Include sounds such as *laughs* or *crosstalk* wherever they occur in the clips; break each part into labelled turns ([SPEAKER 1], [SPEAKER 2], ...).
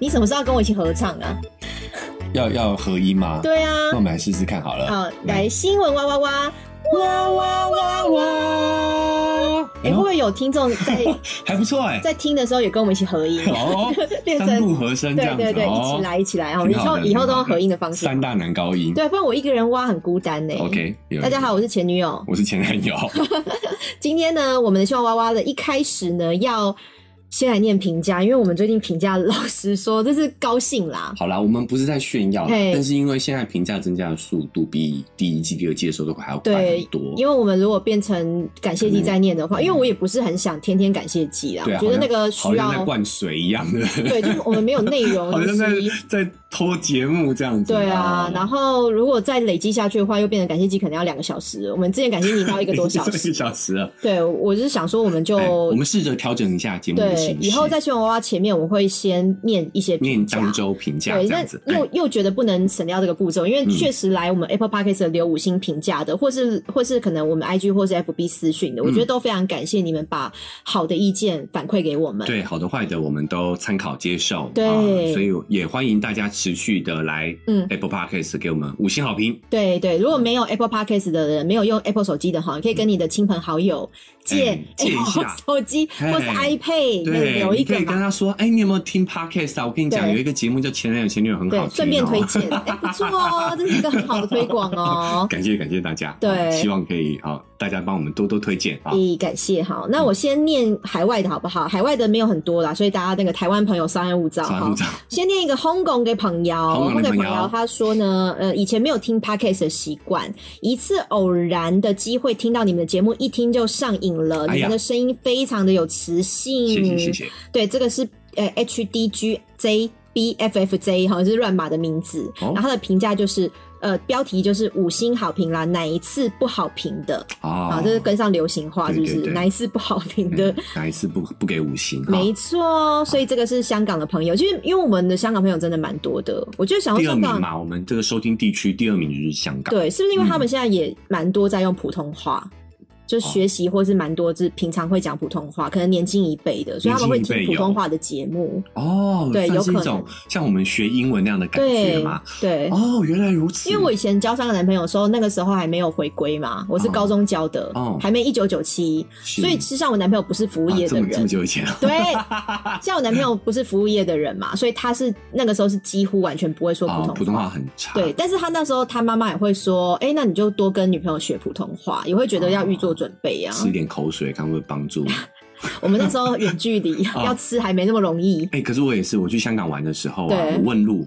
[SPEAKER 1] 你什么时候要跟我一起合唱啊？
[SPEAKER 2] 要要合音吗？
[SPEAKER 1] 对啊，
[SPEAKER 2] 那我们来试试看好了。嗯
[SPEAKER 1] 好，来新闻哇哇哇哇哇哇哇！哎、会
[SPEAKER 2] 哎呦
[SPEAKER 1] 不会有听众
[SPEAKER 2] *laughs*
[SPEAKER 1] 在
[SPEAKER 2] 还不错哎。
[SPEAKER 1] 在听的时候也跟我们一起合音？
[SPEAKER 2] *laughs* 哦，
[SPEAKER 1] *laughs* 变成
[SPEAKER 2] 三部和声这
[SPEAKER 1] 对
[SPEAKER 2] 样子
[SPEAKER 1] 对对，一
[SPEAKER 2] 哦
[SPEAKER 1] 起，来一起来哦！以
[SPEAKER 2] 挺好
[SPEAKER 1] 后
[SPEAKER 2] 的
[SPEAKER 1] 以后都
[SPEAKER 2] 挺
[SPEAKER 1] 要
[SPEAKER 2] 好的
[SPEAKER 1] 合音的方式。
[SPEAKER 2] 三大男高音。
[SPEAKER 1] 对，不然我一个人挖很孤单呢。
[SPEAKER 2] OK，有
[SPEAKER 1] 大家好，我是前女友。
[SPEAKER 2] 我是前男
[SPEAKER 1] *laughs*
[SPEAKER 2] 友。
[SPEAKER 1] 今天呢，我们的希望娃娃的一开始呢，要先来念评价，因为我们最近评价，老实说，这是高兴啦。
[SPEAKER 2] 好啦，我们不是在炫耀啦，
[SPEAKER 1] 嘿
[SPEAKER 2] 但是因为现在评价增加的速度比第一季、第二季的时候都还要快
[SPEAKER 1] 对
[SPEAKER 2] 很多，
[SPEAKER 1] 因为我们如果变成感谢季再念的话，
[SPEAKER 2] 嗯
[SPEAKER 1] 因为我也不是很想天天感谢季啦，
[SPEAKER 2] 对啊，
[SPEAKER 1] 我觉得那个
[SPEAKER 2] 好
[SPEAKER 1] 需
[SPEAKER 2] 像好像在
[SPEAKER 1] 要，
[SPEAKER 2] 灌水一样的，
[SPEAKER 1] 对，就是我们没有内容
[SPEAKER 2] *laughs* 好
[SPEAKER 1] 的
[SPEAKER 2] 像在 *laughs*
[SPEAKER 1] 东西。
[SPEAKER 2] 在拖节目这样子。
[SPEAKER 1] 对啊
[SPEAKER 2] 哦，
[SPEAKER 1] 然后如果再累积下去的话，又变成感谢季可能要两个小时了。我们之前感谢你到一个多
[SPEAKER 2] *laughs*
[SPEAKER 1] 小
[SPEAKER 2] 一
[SPEAKER 1] 时
[SPEAKER 2] 个，小时了。
[SPEAKER 1] 对我就是想说，我们就
[SPEAKER 2] 哎我们试着调整一下节目的
[SPEAKER 1] 对
[SPEAKER 2] 形式，
[SPEAKER 1] 以后在新闻娃娃前面，我会先念一些
[SPEAKER 2] 念
[SPEAKER 1] 评价，
[SPEAKER 2] 漳州评价
[SPEAKER 1] 对，
[SPEAKER 2] 这
[SPEAKER 1] 那
[SPEAKER 2] 样子。哎
[SPEAKER 1] 又又觉得不能省掉这个步骤，因为
[SPEAKER 2] 嗯
[SPEAKER 1] 确实来我们 Apple Podcast 的留五星评价的，或是或是可能我们 IG 或是 FB 私讯的，我
[SPEAKER 2] 嗯
[SPEAKER 1] 觉得都非常感谢你们把好的意见反馈给我们。
[SPEAKER 2] 对，好的坏的我们都参考接受，
[SPEAKER 1] 对
[SPEAKER 2] 啊所以也欢迎大家持续的来
[SPEAKER 1] 嗯
[SPEAKER 2] Apple Podcast 给我们五星好评，
[SPEAKER 1] 对对，如果没有 Apple Podcast 的人，没有用 Apple 手机的哈，你可以跟你的亲朋好友借
[SPEAKER 2] 哎借一
[SPEAKER 1] Apple
[SPEAKER 2] *laughs* 下
[SPEAKER 1] 手机
[SPEAKER 2] 哎
[SPEAKER 1] 或是 iPad 那里
[SPEAKER 2] 对，
[SPEAKER 1] 留一
[SPEAKER 2] 你可
[SPEAKER 1] 个
[SPEAKER 2] 以跟
[SPEAKER 1] 嘛。
[SPEAKER 2] 他说，哎，你有没有听 Podcast 啊？我跟你讲，
[SPEAKER 1] 对
[SPEAKER 2] 有一个节目叫《前男友前女友》，很好
[SPEAKER 1] 对，
[SPEAKER 2] 听，。
[SPEAKER 1] 顺便推。荐，哎，不错哦，这是一个很好的推广哦
[SPEAKER 2] *laughs* 感谢感谢大家，
[SPEAKER 1] 对
[SPEAKER 2] 啊希望可以啊，大家帮我们多多推荐啊。
[SPEAKER 1] 咦，感谢哈。那我先念海外的好不好？海外的没有很多啦，所以大家那个台湾朋友稍安勿躁
[SPEAKER 2] 传
[SPEAKER 1] 哈
[SPEAKER 2] 部。长，
[SPEAKER 1] 先念一个香港的朋友，
[SPEAKER 2] 香港的朋友
[SPEAKER 1] 香他说呢，呃，以前没有听 podcast 的习惯，一次偶然的机会听到你们的节目，一听就上瘾了。
[SPEAKER 2] 哎呀
[SPEAKER 1] 你们的声音非常的有磁性，
[SPEAKER 2] 谢谢谢谢。
[SPEAKER 1] 对，这个是呃 H D G J B F F J 哈，就是乱码的名字。
[SPEAKER 2] 哦
[SPEAKER 1] 然后他的评价就是，呃，标题就是五星好评啦，哪一次不好评的？
[SPEAKER 2] 啊
[SPEAKER 1] 啊，这是跟上流行话，
[SPEAKER 2] 对
[SPEAKER 1] 是不是？
[SPEAKER 2] 对对
[SPEAKER 1] 哪一次不好评的？
[SPEAKER 2] 嗯哪一次不不给五星？
[SPEAKER 1] *laughs*
[SPEAKER 2] 啊
[SPEAKER 1] 没错，所以这个是香港的朋友，其实因为我们的香港朋友真的蛮多的，我就想要
[SPEAKER 2] 第二
[SPEAKER 1] 香
[SPEAKER 2] 名
[SPEAKER 1] 港，
[SPEAKER 2] 嘛，我们这个收听地区第二名就是香港。嗯
[SPEAKER 1] 对，是不是因为他们现在也蛮多在用普通话，就学习或是蛮多是平常会讲普通话，可能年轻一辈的，所以他们会
[SPEAKER 2] 年轻
[SPEAKER 1] 听
[SPEAKER 2] 一辈
[SPEAKER 1] 普
[SPEAKER 2] 有
[SPEAKER 1] 通话的节目，
[SPEAKER 2] 哦，
[SPEAKER 1] 对
[SPEAKER 2] 算是
[SPEAKER 1] 有
[SPEAKER 2] 一
[SPEAKER 1] 可能
[SPEAKER 2] 种像我们学英文那样的感觉
[SPEAKER 1] 对
[SPEAKER 2] 嘛。
[SPEAKER 1] 对。
[SPEAKER 2] 哦，原来如此。
[SPEAKER 1] 因为我以前交上个男朋友的时候，那个时候还没有回归嘛，我是
[SPEAKER 2] 哦
[SPEAKER 1] 高中交的，
[SPEAKER 2] 哦
[SPEAKER 1] 还没一九九七，
[SPEAKER 2] 是
[SPEAKER 1] 所以实际上我男朋友不是服务
[SPEAKER 2] 啊
[SPEAKER 1] 业
[SPEAKER 2] 这
[SPEAKER 1] 的
[SPEAKER 2] 么这
[SPEAKER 1] 人
[SPEAKER 2] 么，久以前 *laughs* 啊，
[SPEAKER 1] 对，像我男朋友不是服务业的人嘛，所以他是那个时候是几乎完全不会说普通
[SPEAKER 2] 啊
[SPEAKER 1] 话。
[SPEAKER 2] 普通话很差。
[SPEAKER 1] 对，但是他那时候他妈妈也会说，哎、那你就多跟女朋友学普通话，也会觉得要预做准备啊。
[SPEAKER 2] 吃一点口水，看会不会帮
[SPEAKER 1] *laughs*
[SPEAKER 2] 助。
[SPEAKER 1] 我们那时候远距
[SPEAKER 2] *laughs*
[SPEAKER 1] 离、
[SPEAKER 2] 啊
[SPEAKER 1] 要吃还没那么容易。
[SPEAKER 2] 哎、可是我也是，我去香港玩的时候啊，
[SPEAKER 1] 对
[SPEAKER 2] 我问路，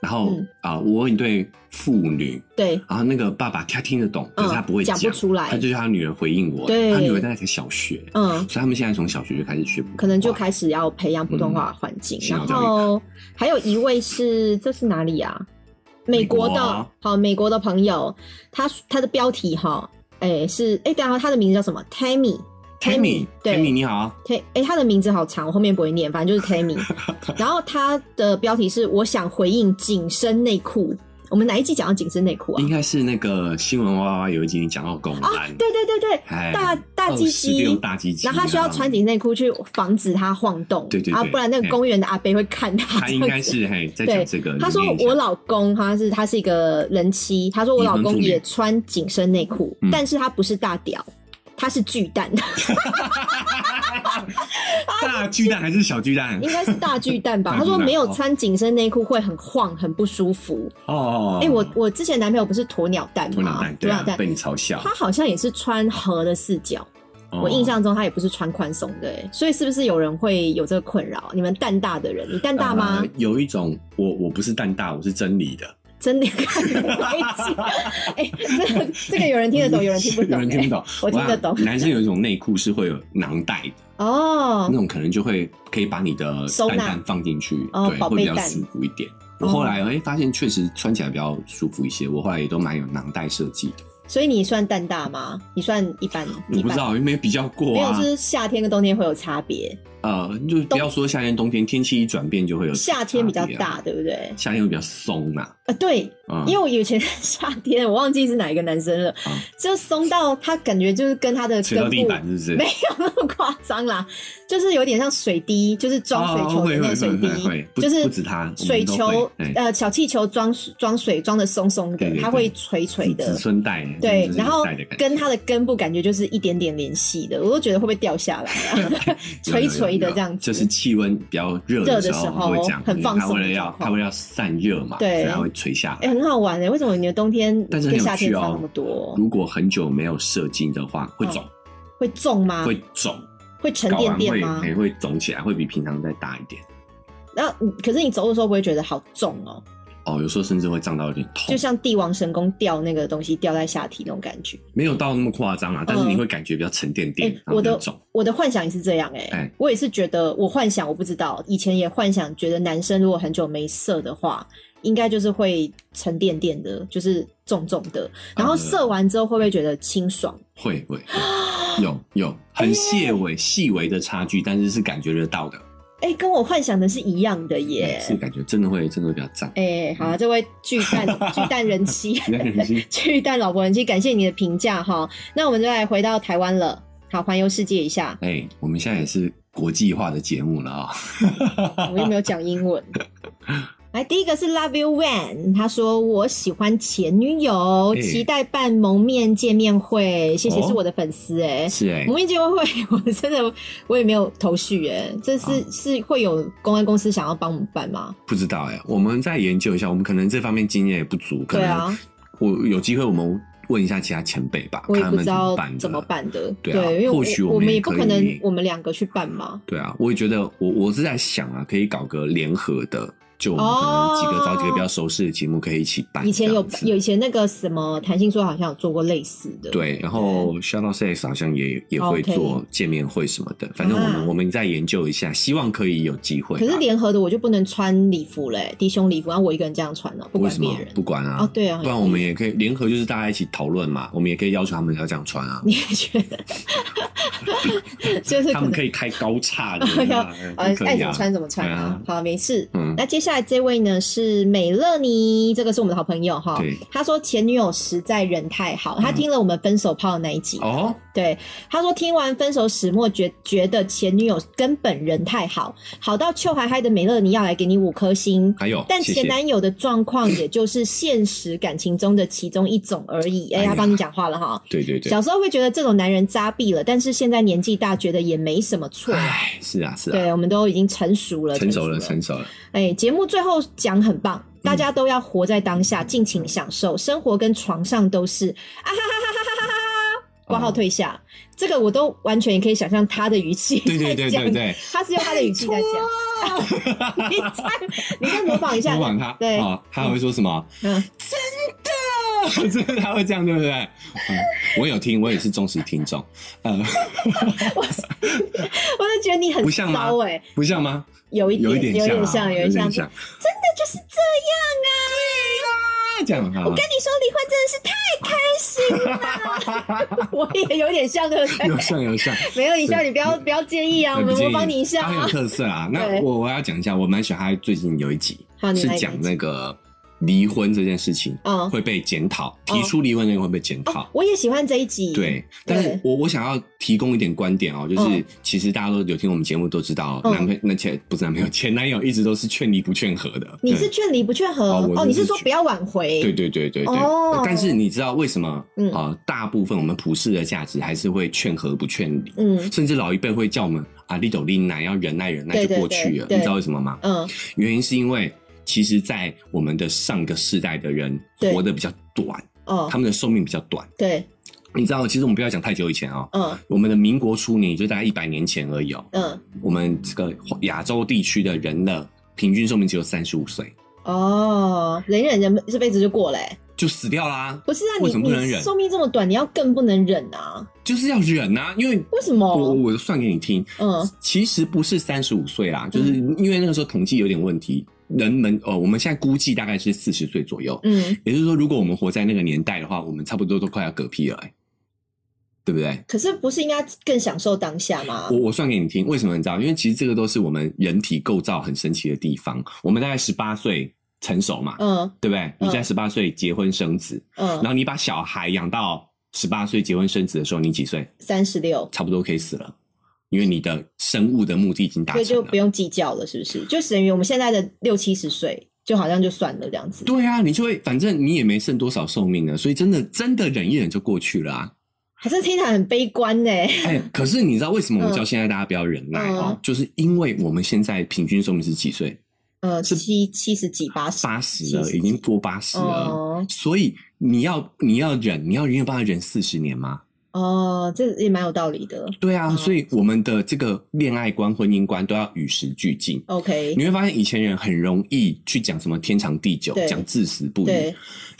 [SPEAKER 2] 然后
[SPEAKER 1] 嗯
[SPEAKER 2] 啊、我问一对父女，
[SPEAKER 1] 对，
[SPEAKER 2] 然后那个爸爸他听得懂，可
[SPEAKER 1] 嗯
[SPEAKER 2] 是他不会
[SPEAKER 1] 讲
[SPEAKER 2] 讲，
[SPEAKER 1] 不出来
[SPEAKER 2] 他就叫他女儿回应我。
[SPEAKER 1] 对
[SPEAKER 2] 他女儿大概才小学，
[SPEAKER 1] 嗯，
[SPEAKER 2] 所以他们现在从小学就开始学普通话，
[SPEAKER 1] 可能就开始要培养普通话环境。
[SPEAKER 2] 嗯
[SPEAKER 1] 然
[SPEAKER 2] 洗脑教
[SPEAKER 1] 后还有一位是这是哪里啊？美国的
[SPEAKER 2] 美国啊
[SPEAKER 1] 好，美国的朋友，他他的标题哈，哎、是哎，等一下他的名字叫什么？Tammy。
[SPEAKER 2] Tammy，
[SPEAKER 1] 对
[SPEAKER 2] Tammy 你好，
[SPEAKER 1] T，哎、他的名字好长，我后面不会念，反正就是
[SPEAKER 2] *laughs*
[SPEAKER 1] Tammy。然后他的标题是“我想回应紧身内裤”。我们哪一季讲到紧身内裤啊
[SPEAKER 2] 应？该是那个新闻娃娃有一集你讲到狗男，
[SPEAKER 1] 对对对哦对，
[SPEAKER 2] 哎
[SPEAKER 1] 大大鸡鸡
[SPEAKER 2] 26大鸡鸡，
[SPEAKER 1] 然后他需要穿紧身内裤去防止它晃动，
[SPEAKER 2] 对对对
[SPEAKER 1] 啊，不然那个公园的阿伯会看他。
[SPEAKER 2] 他应该是嘿在讲这个，
[SPEAKER 1] 他说
[SPEAKER 2] 你念一下
[SPEAKER 1] 我老公他是他是一个人妻，他说我老
[SPEAKER 2] 已婚妇
[SPEAKER 1] 公
[SPEAKER 2] 女
[SPEAKER 1] 也穿紧身内裤，
[SPEAKER 2] 嗯
[SPEAKER 1] 但是他不是大屌，他是巨
[SPEAKER 2] *laughs*
[SPEAKER 1] 蛋，
[SPEAKER 2] 大巨蛋还是小巨蛋？
[SPEAKER 1] 应该是大巨蛋吧？
[SPEAKER 2] 大
[SPEAKER 1] 他
[SPEAKER 2] 巨蛋
[SPEAKER 1] 说没有
[SPEAKER 2] 哦
[SPEAKER 1] 穿紧身内裤会很晃，很不舒服。
[SPEAKER 2] 哦，
[SPEAKER 1] 哎、我我之前男朋友不是鸵鸟蛋
[SPEAKER 2] 鸵鸟
[SPEAKER 1] 吗？
[SPEAKER 2] 蛋，对啊，被你嘲笑。
[SPEAKER 1] 他好像也是穿合的四角，
[SPEAKER 2] 哦
[SPEAKER 1] 我印象中他也不是穿宽松的、欸，所以是不是有人会有这个困扰？你们蛋大的人，你蛋大吗？
[SPEAKER 2] 呃有一种我我不是蛋大，我是真理的，
[SPEAKER 1] 真的看不会讲，哎、这个这个有人听得懂，有人听不懂、
[SPEAKER 2] 有人听不
[SPEAKER 1] 欸
[SPEAKER 2] 懂，
[SPEAKER 1] *laughs* 我听得
[SPEAKER 2] 想
[SPEAKER 1] 懂
[SPEAKER 2] 男生有一种内裤是会有囊袋的，
[SPEAKER 1] 哦
[SPEAKER 2] 那。种可能就会可以把你的
[SPEAKER 1] 收纳
[SPEAKER 2] 蛋蛋放进去，
[SPEAKER 1] 哦
[SPEAKER 2] 对，
[SPEAKER 1] 宝
[SPEAKER 2] 会
[SPEAKER 1] 贝
[SPEAKER 2] 比较
[SPEAKER 1] 蛋
[SPEAKER 2] 舒服一点。
[SPEAKER 1] 哦
[SPEAKER 2] 我后来哎、发现确实穿起来比较舒服一些，我后来也都蛮有囊袋设计的。
[SPEAKER 1] 所以你算蛋大吗？你算一般，
[SPEAKER 2] 我
[SPEAKER 1] 一
[SPEAKER 2] 不知
[SPEAKER 1] 般。
[SPEAKER 2] 道，因为没比较
[SPEAKER 1] 没
[SPEAKER 2] 过
[SPEAKER 1] 有，
[SPEAKER 2] 啊
[SPEAKER 1] 就。是夏天跟冬天会有差别。
[SPEAKER 2] 呃，就是不要说夏天、冬天，天气一转变就会有
[SPEAKER 1] 夏天比较
[SPEAKER 2] 差别啊
[SPEAKER 1] 大，，对不对？
[SPEAKER 2] 夏天会比较松呐、
[SPEAKER 1] 啊，对，
[SPEAKER 2] 啊，
[SPEAKER 1] 因为我以前夏天，我忘记是哪一个男生了，
[SPEAKER 2] 啊
[SPEAKER 1] 就松到他感觉就是跟他的
[SPEAKER 2] 垂到
[SPEAKER 1] 根
[SPEAKER 2] 地
[SPEAKER 1] 部
[SPEAKER 2] 板是不
[SPEAKER 1] *laughs*
[SPEAKER 2] 是？
[SPEAKER 1] 没有那么夸张啦，就是有点像水滴，就是装水
[SPEAKER 2] 哦
[SPEAKER 1] 球
[SPEAKER 2] 会
[SPEAKER 1] 的那个水滴，
[SPEAKER 2] 会会会不
[SPEAKER 1] 就是
[SPEAKER 2] 不止它我们
[SPEAKER 1] 水
[SPEAKER 2] 都会
[SPEAKER 1] 球
[SPEAKER 2] 哎
[SPEAKER 1] 呃小气球装装水装的松松的，
[SPEAKER 2] 对对
[SPEAKER 1] 它
[SPEAKER 2] 对
[SPEAKER 1] 会垂垂
[SPEAKER 2] 子
[SPEAKER 1] 的
[SPEAKER 2] 子。孙带，
[SPEAKER 1] 对
[SPEAKER 2] 就，是
[SPEAKER 1] 然后
[SPEAKER 2] 带的感觉
[SPEAKER 1] 跟它的根部感觉就是一点点联系的，我都觉得会不会掉下来
[SPEAKER 2] *laughs*
[SPEAKER 1] 啊？
[SPEAKER 2] 有有
[SPEAKER 1] 垂
[SPEAKER 2] 有
[SPEAKER 1] 垂的
[SPEAKER 2] 有
[SPEAKER 1] 这样子，
[SPEAKER 2] 就是气温比较热
[SPEAKER 1] 热的
[SPEAKER 2] 时
[SPEAKER 1] 时
[SPEAKER 2] 它会
[SPEAKER 1] 候
[SPEAKER 2] 这样，
[SPEAKER 1] 很
[SPEAKER 2] 因为
[SPEAKER 1] 放
[SPEAKER 2] 它
[SPEAKER 1] 松
[SPEAKER 2] 为
[SPEAKER 1] 的
[SPEAKER 2] 了
[SPEAKER 1] 状
[SPEAKER 2] 要它
[SPEAKER 1] 况
[SPEAKER 2] 为了要散热嘛，
[SPEAKER 1] 对
[SPEAKER 2] 所以它会垂下
[SPEAKER 1] 哎、
[SPEAKER 2] 来。
[SPEAKER 1] 很好玩哎、为什么你的冬天
[SPEAKER 2] 但是很
[SPEAKER 1] 跟
[SPEAKER 2] 有
[SPEAKER 1] 夏天
[SPEAKER 2] 趣
[SPEAKER 1] 差
[SPEAKER 2] 哦
[SPEAKER 1] 那么多？
[SPEAKER 2] 如果很久没有射精的话，会肿，
[SPEAKER 1] 会重吗？
[SPEAKER 2] 会肿，
[SPEAKER 1] 会哦沉
[SPEAKER 2] 睾
[SPEAKER 1] 甸
[SPEAKER 2] 丸
[SPEAKER 1] 甸
[SPEAKER 2] 会
[SPEAKER 1] 吗？
[SPEAKER 2] 哎会肿起来，会比平常再大一点。
[SPEAKER 1] 然后你，可是你走路的时候不会觉得好重哦，
[SPEAKER 2] 哦，有时候甚至会胀到有点痛
[SPEAKER 1] 就，像帝王神功掉那个东西掉在下体那种感觉。
[SPEAKER 2] 没有到那么夸张啊，但是你会感觉比较沉甸
[SPEAKER 1] 嗯
[SPEAKER 2] 甸
[SPEAKER 1] 哎，
[SPEAKER 2] 然后
[SPEAKER 1] 我
[SPEAKER 2] 比较
[SPEAKER 1] 的
[SPEAKER 2] 肿。
[SPEAKER 1] 我的幻想也是这样哎、
[SPEAKER 2] 哦哎
[SPEAKER 1] 我也是觉得我幻想我不知道，以前也幻想觉得男生如果很久没射的话，应该就是会沉甸甸的，就是重重的，然后
[SPEAKER 2] 呃
[SPEAKER 1] 射完之后会不会觉得清爽？
[SPEAKER 2] 会会会有有
[SPEAKER 1] 哎
[SPEAKER 2] 很细微细微的差距，但是是感觉得到的，
[SPEAKER 1] 哎、跟我幻想的是一样的耶
[SPEAKER 2] 哎。是感觉真的会真的会比较胀。
[SPEAKER 1] 哎、好、啊，这位巨
[SPEAKER 2] *laughs*
[SPEAKER 1] 蛋巨蛋人妻，
[SPEAKER 2] 你看人心
[SPEAKER 1] *laughs* 巨蛋老婆人妻，感谢你的评价哈。那我们就来回到台湾了，好，环游世界一
[SPEAKER 2] *laughs*
[SPEAKER 1] 下。
[SPEAKER 2] *laughs* 哎、我们现在也是国际化的节目了
[SPEAKER 1] *laughs*
[SPEAKER 2] 啊、
[SPEAKER 1] 我又没有讲英文。来，第一个是 Love You Van，他说我喜欢前女友，
[SPEAKER 2] 哎
[SPEAKER 1] 期待办蒙面见面会，谢谢
[SPEAKER 2] 哦
[SPEAKER 1] 是我的粉丝哎、
[SPEAKER 2] 是哎、
[SPEAKER 1] 蒙面见面会，我真的我也没有头绪哎、这是、
[SPEAKER 2] 哦
[SPEAKER 1] 是会有公安公司想要帮我们办吗？
[SPEAKER 2] 不知道哎、我们再研究一下，我们可能这方面经验也不足，可
[SPEAKER 1] 对
[SPEAKER 2] 能、
[SPEAKER 1] 啊，
[SPEAKER 2] 我有机会我们问一下其他前辈吧，
[SPEAKER 1] 我
[SPEAKER 2] 看
[SPEAKER 1] 也
[SPEAKER 2] 他
[SPEAKER 1] 不
[SPEAKER 2] 们
[SPEAKER 1] 知
[SPEAKER 2] 怎
[SPEAKER 1] 道
[SPEAKER 2] 么办的
[SPEAKER 1] 怎么。办的。
[SPEAKER 2] 对啊
[SPEAKER 1] 因为
[SPEAKER 2] 或许我
[SPEAKER 1] 我
[SPEAKER 2] 们也
[SPEAKER 1] 也不
[SPEAKER 2] 可
[SPEAKER 1] 可能
[SPEAKER 2] 以
[SPEAKER 1] 我们两个去办嘛。
[SPEAKER 2] 对啊，我也觉得我我是在想啊，可以搞个联合的，就我们可能几个、
[SPEAKER 1] 哦
[SPEAKER 2] 找几个比较熟悉的节目可以一起办。
[SPEAKER 1] 以前有
[SPEAKER 2] 这样子
[SPEAKER 1] 有以前那个什么谈性说好像有做过类似的，嗯
[SPEAKER 2] 对，然后 Shout Out Sex 好像也也会
[SPEAKER 1] OK
[SPEAKER 2] 做见面会什么的，反正我们、
[SPEAKER 1] 啊
[SPEAKER 2] 我们再研究一下，希望可以有机会吧。
[SPEAKER 1] 可是联合的我就不能穿礼服嘞、低胸礼服，然后我一个人这样穿哦、不
[SPEAKER 2] 为
[SPEAKER 1] 管
[SPEAKER 2] 什么
[SPEAKER 1] 别人。
[SPEAKER 2] 不管啊？
[SPEAKER 1] 哦，对啊，
[SPEAKER 2] 不然我们也可以联合，就是大家一起讨论嘛。我们也可以要求他们要这样穿啊，
[SPEAKER 1] 你 *laughs* 也觉得就是可
[SPEAKER 2] 他们
[SPEAKER 1] 能
[SPEAKER 2] 可以开高叉的
[SPEAKER 1] *laughs* 要
[SPEAKER 2] 啊，
[SPEAKER 1] 呃
[SPEAKER 2] 都可
[SPEAKER 1] 爱
[SPEAKER 2] 以
[SPEAKER 1] 怎么
[SPEAKER 2] 啊。
[SPEAKER 1] 穿怎么穿啊，好没事。
[SPEAKER 2] 嗯，
[SPEAKER 1] 那接下来这位呢是美乐妮，这个是我们的好朋友哈。
[SPEAKER 2] 对
[SPEAKER 1] 他说前女友实在人太好，他
[SPEAKER 2] 嗯
[SPEAKER 1] 听了我们分手炮那一集，
[SPEAKER 2] 哦，
[SPEAKER 1] 对，他说听完分手始末，觉觉得前女友根本人太好，好到臭嗨嗨的美乐妮要来给你五颗星，
[SPEAKER 2] 还有，
[SPEAKER 1] 但
[SPEAKER 2] 谢
[SPEAKER 1] 前
[SPEAKER 2] 谢。
[SPEAKER 1] 男友的状况，也就是现实感情中的其中一种而已。哎、
[SPEAKER 2] 哎呀
[SPEAKER 1] 他帮你讲话了哈。
[SPEAKER 2] 对对对
[SPEAKER 1] 小，时候会觉得这种男人渣毙了，但是现在年纪大，觉得也没什么错。
[SPEAKER 2] 哎，是啊是啊，
[SPEAKER 1] 对，我们都已经成熟了，
[SPEAKER 2] 成熟了
[SPEAKER 1] 成
[SPEAKER 2] 成熟了，
[SPEAKER 1] 哎，节目最后讲很棒，大家都要活在当下，尽情享受生活，跟床上都是啊哈哈哈哈哈哈哈！挂
[SPEAKER 2] 嗯
[SPEAKER 1] 号退下，这个我都完全也可以想象他的语气
[SPEAKER 2] 对对对
[SPEAKER 1] 在讲
[SPEAKER 2] 对对，
[SPEAKER 1] 他是用他的语气在讲。你再 *laughs* 你再模仿一下，
[SPEAKER 2] 啊模仿他，
[SPEAKER 1] 对
[SPEAKER 2] 哦，他会说什么？
[SPEAKER 1] 嗯，
[SPEAKER 2] 真的 *laughs* 他会这样，对不对？嗯，我有听，我也是忠实听众，呃，
[SPEAKER 1] 我就觉得你很
[SPEAKER 2] 不像吗
[SPEAKER 1] 骚哎、
[SPEAKER 2] 不像吗？
[SPEAKER 1] 有一点，
[SPEAKER 2] 有
[SPEAKER 1] 有
[SPEAKER 2] 一点像啊，
[SPEAKER 1] 像，有一
[SPEAKER 2] 一
[SPEAKER 1] 点
[SPEAKER 2] 点
[SPEAKER 1] 像
[SPEAKER 2] 像，
[SPEAKER 1] 真的就是这样啊！
[SPEAKER 2] 啊这样啊
[SPEAKER 1] 我跟，你说，离婚真的是太开心了，
[SPEAKER 2] *laughs*
[SPEAKER 1] 我也有点像，对不对？
[SPEAKER 2] 有像
[SPEAKER 1] *laughs*
[SPEAKER 2] 有像。
[SPEAKER 1] 没有你像，你不要不要介意啊，我
[SPEAKER 2] 对
[SPEAKER 1] 们
[SPEAKER 2] 不介
[SPEAKER 1] 模
[SPEAKER 2] 意
[SPEAKER 1] 仿你一下
[SPEAKER 2] 他很
[SPEAKER 1] 啊
[SPEAKER 2] 有。特色
[SPEAKER 1] *laughs*
[SPEAKER 2] 啊。
[SPEAKER 1] 对
[SPEAKER 2] 那我我要讲一下，我蛮喜欢他最近有一集
[SPEAKER 1] 好你
[SPEAKER 2] 是
[SPEAKER 1] 来
[SPEAKER 2] 讲
[SPEAKER 1] 哪一
[SPEAKER 2] 那个离婚这件事情
[SPEAKER 1] 嗯，
[SPEAKER 2] 会被检讨，提出离婚那个会被检
[SPEAKER 1] 哦
[SPEAKER 2] 讨，。
[SPEAKER 1] 我也喜欢这一集。
[SPEAKER 2] 对，但是我我想要提供一点观点哦，就是
[SPEAKER 1] 嗯
[SPEAKER 2] 其实大家都有听我们节目都知道，
[SPEAKER 1] 嗯
[SPEAKER 2] 男朋那前不是男朋友前男友一直都是劝离不劝和的。
[SPEAKER 1] 你
[SPEAKER 2] 对
[SPEAKER 1] 是劝离不劝和
[SPEAKER 2] 哦我
[SPEAKER 1] 哦，你是
[SPEAKER 2] 就是
[SPEAKER 1] 说
[SPEAKER 2] 觉
[SPEAKER 1] 不要挽回？
[SPEAKER 2] 对对对对对。
[SPEAKER 1] 哦
[SPEAKER 2] 但是你知道为什么
[SPEAKER 1] 嗯？
[SPEAKER 2] 呃，大部分我们普世的价值还是会劝和不劝离，
[SPEAKER 1] 嗯
[SPEAKER 2] 甚至老一辈会叫我们啊，你斗你奶要忍耐忍耐
[SPEAKER 1] 对
[SPEAKER 2] 就
[SPEAKER 1] 对
[SPEAKER 2] 过
[SPEAKER 1] 对
[SPEAKER 2] 去了。
[SPEAKER 1] 对
[SPEAKER 2] 你知道为什么吗？
[SPEAKER 1] 嗯，
[SPEAKER 2] 原因是因为，其实，在我们的上个世代的人
[SPEAKER 1] 对
[SPEAKER 2] 活得比较短，
[SPEAKER 1] 哦
[SPEAKER 2] 他，们的寿命比较短。
[SPEAKER 1] 对，
[SPEAKER 2] 你知道，其实我们不要讲太久以前哦，
[SPEAKER 1] 嗯
[SPEAKER 2] 我们的民国初年，也就大概一百年前而已哦。
[SPEAKER 1] 嗯，
[SPEAKER 2] 我们这个亚洲地区的人的平均寿命只有三十五岁，
[SPEAKER 1] 哦，忍忍忍，这辈子就过了欸。
[SPEAKER 2] 就死掉啦。
[SPEAKER 1] 不是啊，
[SPEAKER 2] 为
[SPEAKER 1] 你
[SPEAKER 2] 什么不能
[SPEAKER 1] 你
[SPEAKER 2] 忍
[SPEAKER 1] 寿命这么短，你要更不能忍啊？
[SPEAKER 2] 就是要忍啊，因为
[SPEAKER 1] 为什么
[SPEAKER 2] 我我我算给你听，
[SPEAKER 1] 嗯
[SPEAKER 2] 其实不是三十五岁啦，就是因为那个时候统计有点问题，人们哦，我们现在估计大概是四十岁左右。
[SPEAKER 1] 嗯，
[SPEAKER 2] 也就是说，如果我们活在那个年代的话，我们差不多都快要嗝屁了、欸。哎对不对？
[SPEAKER 1] 可是不是应该更享受当下吗
[SPEAKER 2] 我？我算给你听，为什么你知道？因为其实这个都是我们人体构造很神奇的地方。我们大概十八岁成熟嘛，
[SPEAKER 1] 嗯
[SPEAKER 2] 对不对？你在十八岁结婚生子，然
[SPEAKER 1] 嗯，
[SPEAKER 2] 后你把小孩养到十八岁结婚生子的时候，你几岁？
[SPEAKER 1] 三十六，
[SPEAKER 2] 差不多可以死了，因为你的生物的目的已经达
[SPEAKER 1] 所以
[SPEAKER 2] 成啊
[SPEAKER 1] 就
[SPEAKER 2] 了
[SPEAKER 1] 不。用计较了，是不是？就等于我们现在的六七十岁，就好像就算了这样子。
[SPEAKER 2] 对啊，你就会，反正你也没剩多少寿命了，所以真的真的忍一忍就过去了啊。
[SPEAKER 1] 还是听起来很悲观呢、
[SPEAKER 2] 哎，可是你知道为什么我们叫现在大家不要忍耐
[SPEAKER 1] 嗯
[SPEAKER 2] 哦？就是因为我们现在平均寿命是几岁？
[SPEAKER 1] 呃，
[SPEAKER 2] 是
[SPEAKER 1] 七七十几、八十，
[SPEAKER 2] 八十了，
[SPEAKER 1] 70
[SPEAKER 2] 已经过八十啊了
[SPEAKER 1] 哦，
[SPEAKER 2] 所以你要你要忍，你要有办法忍四十年吗？
[SPEAKER 1] 哦，这也蛮有道理的。
[SPEAKER 2] 对啊，
[SPEAKER 1] 嗯
[SPEAKER 2] 所以我们的这个恋爱观、婚姻观都要与时俱进。
[SPEAKER 1] OK，
[SPEAKER 2] 你会发现以前人很容易去讲什么天长地久
[SPEAKER 1] 对，
[SPEAKER 2] 讲至死不渝
[SPEAKER 1] 对。，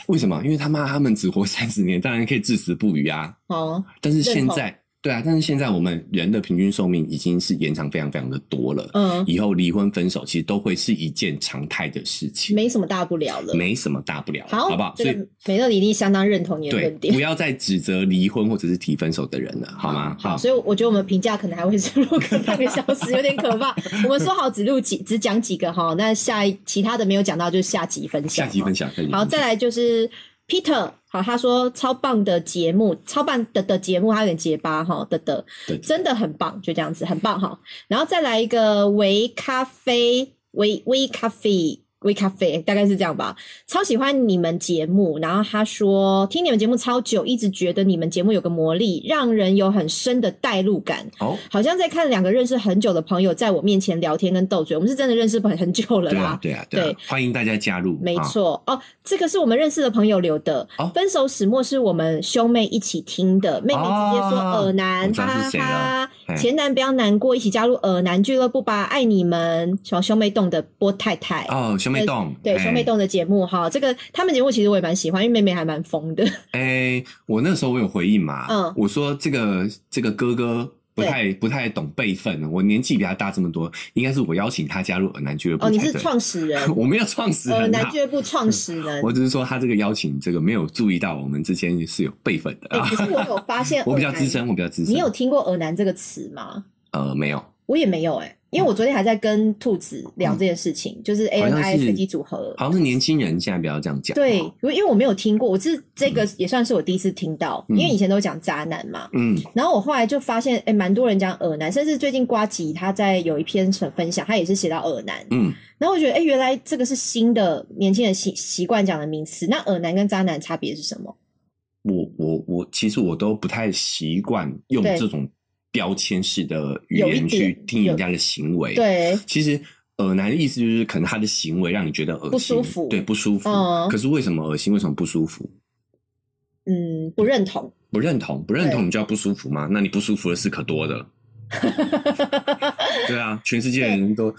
[SPEAKER 2] 为什么？因为他妈他们只活三十年，当然可以至死不渝啊。
[SPEAKER 1] 哦，
[SPEAKER 2] 但是
[SPEAKER 1] 认
[SPEAKER 2] 现
[SPEAKER 1] 同
[SPEAKER 2] 在，对啊，但是现在我们人的平均寿命已经是延长非常非常的多了。
[SPEAKER 1] 嗯，
[SPEAKER 2] 以后离婚分手其实都会是一件常态的事情，
[SPEAKER 1] 没什么大不了了。
[SPEAKER 2] 没什么大不了，
[SPEAKER 1] 好，
[SPEAKER 2] 不好？所
[SPEAKER 1] 这
[SPEAKER 2] 以
[SPEAKER 1] 个美乐你一定相当认同你的
[SPEAKER 2] 对
[SPEAKER 1] 论，点
[SPEAKER 2] 不。要再指责离婚或者是提分手的人了， *laughs* 好吗？好，
[SPEAKER 1] 所以我觉得我们评价可能还会是录个半个小时，有点可怕。我们说好只录几，只讲几个哈，那下一其他的没有讲到，就下集分享。
[SPEAKER 2] 下集分享，下集
[SPEAKER 1] 好，
[SPEAKER 2] 分享
[SPEAKER 1] 再来就是 Peter，好，他说超棒的节目，超棒的的节目，他有点结巴哈的的，
[SPEAKER 2] 对
[SPEAKER 1] 真的很棒，就这样子，很棒哈。然后再来一个维咖啡，维维咖啡。微咖啡大概是这样吧，超喜欢你们节目。然后他说听你们节目超久，一直觉得你们节目有个魔力，让人有很深的代入感，
[SPEAKER 2] 好，
[SPEAKER 1] 好像在看两个认识很久的朋友在我面前聊天跟斗嘴。我们是真的认识很很久了
[SPEAKER 2] 对
[SPEAKER 1] 啦，
[SPEAKER 2] 啊，对啊，对啊
[SPEAKER 1] 对，
[SPEAKER 2] 欢迎大家加入，
[SPEAKER 1] 没
[SPEAKER 2] 啊，
[SPEAKER 1] 错哦，这个是我们认识的朋友留的。
[SPEAKER 2] 哦
[SPEAKER 1] 分手始末是我们兄妹一起听的，妹妹直接说
[SPEAKER 2] 哦
[SPEAKER 1] 耳男，
[SPEAKER 2] 我知
[SPEAKER 1] 哈
[SPEAKER 2] 道是
[SPEAKER 1] 哈
[SPEAKER 2] 谁
[SPEAKER 1] 哈
[SPEAKER 2] 了嘿
[SPEAKER 1] 前男不要难过，一起加入耳男俱乐部吧，爱你们。小兄妹洞的波太太。
[SPEAKER 2] 哦，兄妹洞，
[SPEAKER 1] 对
[SPEAKER 2] 哎
[SPEAKER 1] 兄妹，洞的节目哈，这个他们节目其实我也蛮喜欢，因为妹妹还蛮疯的。
[SPEAKER 2] 哎，我那时候我有回应嘛，
[SPEAKER 1] 嗯
[SPEAKER 2] 我说这个这个哥哥。不
[SPEAKER 1] 对
[SPEAKER 2] 太不太懂辈分，我年纪比他大这么多，应该是我邀请他加入尔南俱乐部
[SPEAKER 1] 哦，你
[SPEAKER 2] 才
[SPEAKER 1] 是
[SPEAKER 2] 对，
[SPEAKER 1] 创始人
[SPEAKER 2] *laughs* 我没有创始
[SPEAKER 1] 耳
[SPEAKER 2] 人
[SPEAKER 1] 男
[SPEAKER 2] 啊，
[SPEAKER 1] 俱乐部创始人
[SPEAKER 2] 我。只是说他这个邀请，这个没有注意到我们之间是有辈分的
[SPEAKER 1] 哎，
[SPEAKER 2] 啊。，
[SPEAKER 1] 可是我有发现
[SPEAKER 2] *laughs* 我比较
[SPEAKER 1] 耳男
[SPEAKER 2] 资深，我比较资深。
[SPEAKER 1] 你有听过耳男这个词吗？
[SPEAKER 2] 呃没有？
[SPEAKER 1] 我也没有哎、因为我昨天还在跟兔子聊这件事情，就是 A
[SPEAKER 2] 嗯好
[SPEAKER 1] N
[SPEAKER 2] 像
[SPEAKER 1] I
[SPEAKER 2] 是
[SPEAKER 1] 随机组合。
[SPEAKER 2] 好像是年轻人现在不要这样讲。
[SPEAKER 1] 对，因为因为我没有听过，我是这个也算是我第一次听到，
[SPEAKER 2] 嗯
[SPEAKER 1] 因为以前都讲渣男嘛。
[SPEAKER 2] 嗯，
[SPEAKER 1] 然后我后来就发现，哎，蛮多人讲耳男，甚至最近瓜吉他在有一篇分享，他也是写到耳男。
[SPEAKER 2] 嗯
[SPEAKER 1] 然后我觉得，哎，原来这个是新的年轻人习习惯讲的名词。那耳男跟渣男差别是什么？
[SPEAKER 2] 我我我，其实我都不太习惯用
[SPEAKER 1] 对
[SPEAKER 2] 这种标签式的语
[SPEAKER 1] 有一点
[SPEAKER 2] 言去定义
[SPEAKER 1] 有
[SPEAKER 2] 人家的行为。，
[SPEAKER 1] 对，
[SPEAKER 2] 其实。恶男的意思就是，可能他的行为让你觉得恶心，
[SPEAKER 1] 不舒服
[SPEAKER 2] 对，不舒服。
[SPEAKER 1] 嗯
[SPEAKER 2] 可是为什么恶心？为什么不舒服？
[SPEAKER 1] 嗯，不认同。
[SPEAKER 2] 不认同，不认
[SPEAKER 1] 对
[SPEAKER 2] 同你就要不舒服吗？那你不舒服的事可
[SPEAKER 1] *laughs*
[SPEAKER 2] 多的。对啊，全世界的人都，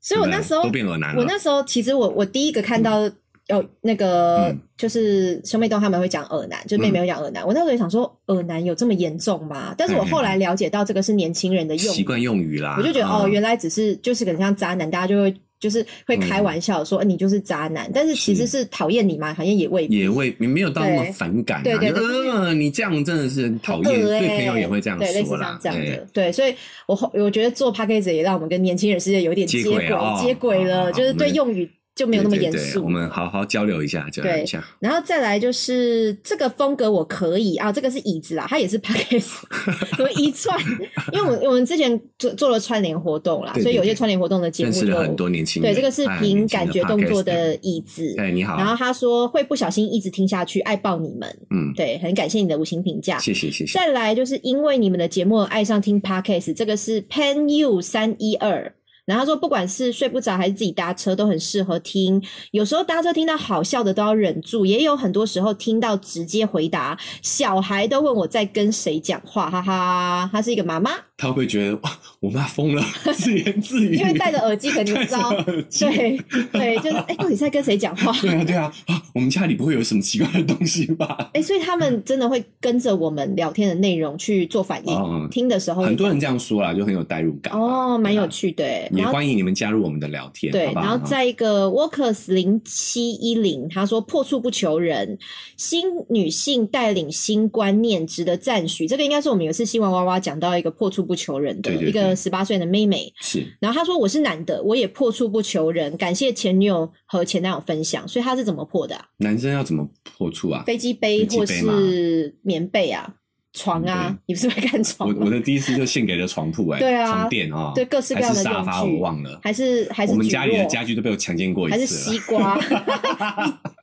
[SPEAKER 1] 所以我
[SPEAKER 2] 对不对
[SPEAKER 1] 那时候
[SPEAKER 2] 都变恶男了。
[SPEAKER 1] 我那时候其实我我第一个看到有那个、
[SPEAKER 2] 嗯
[SPEAKER 1] 就是兄妹洞他们会讲耳男，就妹妹会讲耳男。我那时候也想说耳男有这么严重吗？但是我后来了解到这个是年轻人的用
[SPEAKER 2] 嗯习
[SPEAKER 1] 语，
[SPEAKER 2] 惯用语啦，
[SPEAKER 1] 我就觉得、哦，
[SPEAKER 2] 嗯
[SPEAKER 1] 原来只是就是可能像渣男，大家就会就是会开玩笑
[SPEAKER 2] 嗯
[SPEAKER 1] 说、呃你就是渣男，但是其实是讨厌你嘛，好像也未必。
[SPEAKER 2] 也会没有到那么
[SPEAKER 1] 对
[SPEAKER 2] 反感、啊，
[SPEAKER 1] 对对
[SPEAKER 2] 就
[SPEAKER 1] 对
[SPEAKER 2] 呃，你这样真的是很讨
[SPEAKER 1] 很
[SPEAKER 2] 厌，
[SPEAKER 1] 恶欸
[SPEAKER 2] 对朋友也会这样
[SPEAKER 1] 对，类似像
[SPEAKER 2] 说啦，
[SPEAKER 1] 这样
[SPEAKER 2] 哎
[SPEAKER 1] 的，对，所以我后我觉得做 p a c k a g e 也让我们跟年轻人世界有点
[SPEAKER 2] 接
[SPEAKER 1] 接
[SPEAKER 2] 轨
[SPEAKER 1] 轨
[SPEAKER 2] 哦
[SPEAKER 1] 接轨
[SPEAKER 2] 好好
[SPEAKER 1] 了，
[SPEAKER 2] 好
[SPEAKER 1] 就是
[SPEAKER 2] 我
[SPEAKER 1] 对
[SPEAKER 2] 们
[SPEAKER 1] 用语就没有那么
[SPEAKER 2] 对对
[SPEAKER 1] 严
[SPEAKER 2] 对
[SPEAKER 1] 肃。
[SPEAKER 2] 我们好好交流一下，交流
[SPEAKER 1] 对
[SPEAKER 2] 一下。
[SPEAKER 1] 然后再来就是这个风格我可以啊，这个是椅子啦，它也是 *laughs* p a c k a g e 什么一串，因为我们我们之前做做了串联活动啦，
[SPEAKER 2] 对对
[SPEAKER 1] 所以有
[SPEAKER 2] 对
[SPEAKER 1] 些串联活动的节目
[SPEAKER 2] 认识了很
[SPEAKER 1] 就
[SPEAKER 2] 多年轻人，
[SPEAKER 1] 对这个是
[SPEAKER 2] 哎
[SPEAKER 1] 凭感觉动作。
[SPEAKER 2] 年轻 podcast
[SPEAKER 1] 的椅子。
[SPEAKER 2] 哎，你好，
[SPEAKER 1] 然后他说会不小心一直听下去，爱爆你们，
[SPEAKER 2] 嗯，
[SPEAKER 1] 对，很感谢你的五星评价。
[SPEAKER 2] 谢谢谢谢。
[SPEAKER 1] 再来就是因为你们的节目而爱上听 podcast，这个是 Pen U 三一二。然后他说，不管是睡不着还是自己搭车，都很适合听。有时候搭车听到好笑的都要忍住，也有很多时候听到直接回答。小孩都问我在跟谁讲话，哈哈。她是一个妈妈，
[SPEAKER 2] 他会不会觉得哇，我妈疯了，自言自语？
[SPEAKER 1] 因为戴着耳机肯定不知道
[SPEAKER 2] *laughs* 戴着耳，机
[SPEAKER 1] *laughs* 对对，就是哎、到底在跟谁讲话？
[SPEAKER 2] 对啊，对啊，啊，我们家里不会有什么奇怪的东西吧？
[SPEAKER 1] 哎、所以他们真的会跟着我们聊天的内容去做反应，
[SPEAKER 2] 嗯
[SPEAKER 1] 听的时候
[SPEAKER 2] 很多人这样说啦，就很有代入感吧。
[SPEAKER 1] 哦，蛮有
[SPEAKER 2] 对啊。
[SPEAKER 1] 趣的欸。
[SPEAKER 2] 也
[SPEAKER 1] 然后
[SPEAKER 2] 欢迎你们加入我们的聊天，
[SPEAKER 1] 对，
[SPEAKER 2] 好不嗯
[SPEAKER 1] 然
[SPEAKER 2] 好
[SPEAKER 1] 后在一个 Workers 零七一零，他说破处不求人，新女性带领新观念值得赞许。这个应该是我们有一次新闻娃娃讲到一个破处不求人的
[SPEAKER 2] 对对
[SPEAKER 1] 一个
[SPEAKER 2] 对
[SPEAKER 1] 十八岁的妹妹，
[SPEAKER 2] 是
[SPEAKER 1] 然后他说我是男的，我也破处不求人，感谢前女友和前男友分享。所以他是怎么破的啊、
[SPEAKER 2] 男生要怎么破处啊？
[SPEAKER 1] 飞机杯
[SPEAKER 2] 飞机
[SPEAKER 1] 或
[SPEAKER 2] 杯吗
[SPEAKER 1] 是棉被啊、床啊
[SPEAKER 2] 嗯，
[SPEAKER 1] 你不是会看床
[SPEAKER 2] 我我
[SPEAKER 1] 吗？
[SPEAKER 2] 的第一次就献给了床铺哎、
[SPEAKER 1] 对啊
[SPEAKER 2] 床垫啊、
[SPEAKER 1] 对各式各
[SPEAKER 2] 还
[SPEAKER 1] 样的
[SPEAKER 2] 是沙发
[SPEAKER 1] 用具
[SPEAKER 2] 我忘了，
[SPEAKER 1] 还是还是
[SPEAKER 2] 我们
[SPEAKER 1] 菊
[SPEAKER 2] 家里的
[SPEAKER 1] 络
[SPEAKER 2] 家具都被我强奸过一
[SPEAKER 1] 还是
[SPEAKER 2] 次了，
[SPEAKER 1] 西
[SPEAKER 2] *laughs*
[SPEAKER 1] 瓜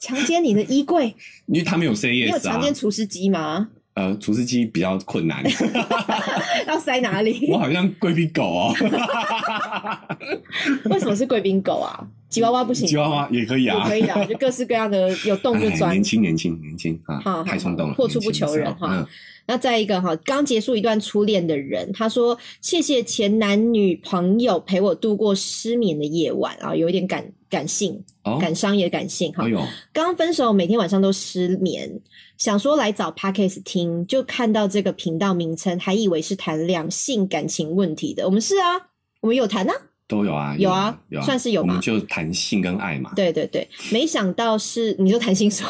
[SPEAKER 1] 强奸你的衣柜？
[SPEAKER 2] 因为他们有
[SPEAKER 1] 你有
[SPEAKER 2] CES
[SPEAKER 1] 强
[SPEAKER 2] 啊
[SPEAKER 1] 奸，厨师机吗？ *laughs*
[SPEAKER 2] 呃，厨师机比较困难，
[SPEAKER 1] 要塞哪里
[SPEAKER 2] 我？好像贵宾狗哦，
[SPEAKER 1] *laughs* 为什么是贵宾狗啊？吉娃娃不行吗，
[SPEAKER 2] 吉娃娃也可以
[SPEAKER 1] 也
[SPEAKER 2] 啊，
[SPEAKER 1] 可以
[SPEAKER 2] *laughs*
[SPEAKER 1] 的，就各式各样的有洞就
[SPEAKER 2] 哎
[SPEAKER 1] 钻
[SPEAKER 2] 年。轻年轻年轻
[SPEAKER 1] 好好
[SPEAKER 2] 啊，太冲动了，
[SPEAKER 1] 好好破
[SPEAKER 2] 年轻的时候
[SPEAKER 1] 处不求人哈
[SPEAKER 2] 嗯
[SPEAKER 1] 那再一个哈，刚结束一段初恋的人，他说谢谢前男女朋友陪我度过失眠的夜晚啊，有一点感感性，
[SPEAKER 2] 哦，
[SPEAKER 1] 感伤也感性哈
[SPEAKER 2] 哎。呦，
[SPEAKER 1] 刚分手，每天晚上都失眠，想说来找 podcast 听，就看到这个频道名称，还以为是谈两性感情问题的。我们是啊，我们有谈啊，
[SPEAKER 2] 都有啊，
[SPEAKER 1] 有
[SPEAKER 2] 啊，
[SPEAKER 1] 啊
[SPEAKER 2] 有
[SPEAKER 1] 算是有
[SPEAKER 2] 我们
[SPEAKER 1] 吧
[SPEAKER 2] 就谈性跟爱嘛，
[SPEAKER 1] 对对对，没想到是你就谈心说，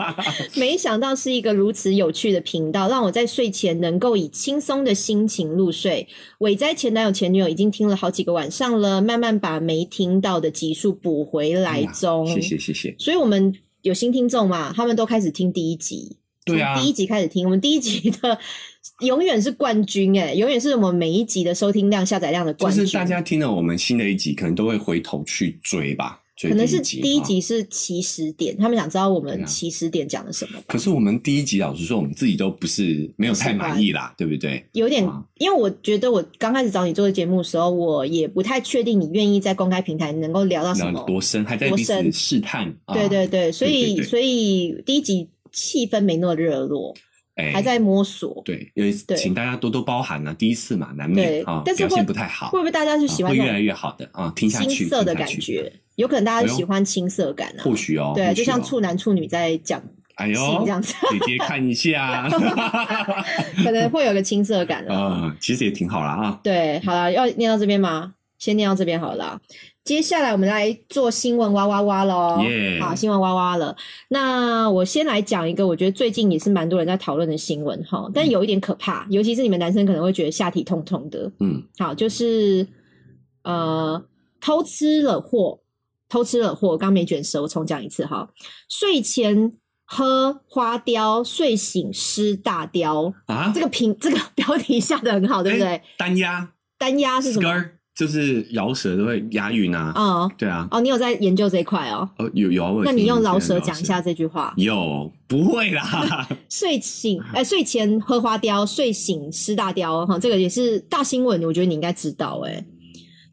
[SPEAKER 2] *laughs*
[SPEAKER 1] 没想到是一个如此有趣的频道，让我在睡前能够以轻松的心情入睡。伟哉前男友前女友已经听了好几个晚上了，慢慢把没听到的集数补回
[SPEAKER 2] 哎
[SPEAKER 1] 来
[SPEAKER 2] 呀
[SPEAKER 1] 中。
[SPEAKER 2] 谢谢谢谢，
[SPEAKER 1] 所以我们有新听众嘛，他们都开始听第一集，
[SPEAKER 2] 对啊
[SPEAKER 1] 从第一集开始听，我们第一集的 *laughs* 永远是冠军哎、永远是我们每一集的收听量、下载量的
[SPEAKER 2] 就
[SPEAKER 1] 冠军。
[SPEAKER 2] 是大家听了我们新的一集，可能都会回头去追吧，追
[SPEAKER 1] 可能
[SPEAKER 2] 第
[SPEAKER 1] 是
[SPEAKER 2] 一集
[SPEAKER 1] 第一
[SPEAKER 2] 啊
[SPEAKER 1] 集是起始点，他们想知道我
[SPEAKER 2] 对
[SPEAKER 1] 们
[SPEAKER 2] 啊
[SPEAKER 1] 起始点讲了什么吧。
[SPEAKER 2] 可是我们第一集，老实说，我们自己都不是没有太满意啦，对不对？
[SPEAKER 1] 有点
[SPEAKER 2] 啊，
[SPEAKER 1] 因为我觉得我刚开始找你做节目的时候，我也不太确定你愿意在公开平台能够聊到啊什
[SPEAKER 2] 然
[SPEAKER 1] 么
[SPEAKER 2] 后。多深，还在
[SPEAKER 1] 多
[SPEAKER 2] 彼此
[SPEAKER 1] 深
[SPEAKER 2] 试探。啊
[SPEAKER 1] 对对，对，所以
[SPEAKER 2] 对对
[SPEAKER 1] 所以第一集气氛没那么热络，
[SPEAKER 2] 哎
[SPEAKER 1] 还在摸索。
[SPEAKER 2] 对，因为
[SPEAKER 1] 对
[SPEAKER 2] 请大家多多包涵啊，第一次嘛，难
[SPEAKER 1] 对
[SPEAKER 2] 免啊，
[SPEAKER 1] 但是
[SPEAKER 2] 表现
[SPEAKER 1] 会
[SPEAKER 2] 不太好，
[SPEAKER 1] 会不会大家就
[SPEAKER 2] 就
[SPEAKER 1] 喜欢
[SPEAKER 2] 会
[SPEAKER 1] 那
[SPEAKER 2] 越来
[SPEAKER 1] 种
[SPEAKER 2] 越好的啊？听下去，
[SPEAKER 1] 青涩的
[SPEAKER 2] 听下
[SPEAKER 1] 感
[SPEAKER 2] 去，
[SPEAKER 1] 觉？有可能大家喜欢青涩感啊。
[SPEAKER 2] 或许哦，或
[SPEAKER 1] 对，
[SPEAKER 2] 许
[SPEAKER 1] 就像
[SPEAKER 2] 哦
[SPEAKER 1] 处，男处女在讲
[SPEAKER 2] 哎
[SPEAKER 1] 性
[SPEAKER 2] 呦
[SPEAKER 1] 这，样
[SPEAKER 2] *laughs*
[SPEAKER 1] 子，
[SPEAKER 2] 姐姐看一
[SPEAKER 1] *laughs*
[SPEAKER 2] 下
[SPEAKER 1] 可能会有个青涩感啊。
[SPEAKER 2] 啊，其实也挺好啦啊。
[SPEAKER 1] 对，好了，要念到这边吗？先念到这边好了啦。接下来我们来做新闻哇哇哇喽
[SPEAKER 2] Yeah
[SPEAKER 1] 好，新闻哇哇了。那我先来讲一个，我觉得最近也是蛮多人在讨论的新闻哈，但有一点可怕，尤其是你们男生可能会觉得下体痛痛的。
[SPEAKER 2] 嗯，
[SPEAKER 1] 好，就是呃，偷吃了货，偷吃了货，我刚没卷舌，我重讲一次哈。睡前喝花雕，睡醒吃大雕，
[SPEAKER 2] 啊，
[SPEAKER 1] 这个评这个标题下的很好，对不对？
[SPEAKER 2] 哎单压
[SPEAKER 1] 单压是什么？
[SPEAKER 2] skr 就是饶舌都会押韵啊，
[SPEAKER 1] 哦
[SPEAKER 2] 对啊，
[SPEAKER 1] 哦，你有在研究这一块哦？
[SPEAKER 2] 哦，有有啊，我有
[SPEAKER 1] 那你
[SPEAKER 2] 听
[SPEAKER 1] 用
[SPEAKER 2] 些
[SPEAKER 1] 老
[SPEAKER 2] 人
[SPEAKER 1] 舌讲一下这句
[SPEAKER 2] 嗯
[SPEAKER 1] 话：
[SPEAKER 2] 有不
[SPEAKER 1] *laughs*
[SPEAKER 2] 会啦，
[SPEAKER 1] 睡醒
[SPEAKER 2] 嗯
[SPEAKER 1] 哎、睡前喝花雕，睡醒吃大雕哈，这个也是大新闻，我觉得你应该知道哎、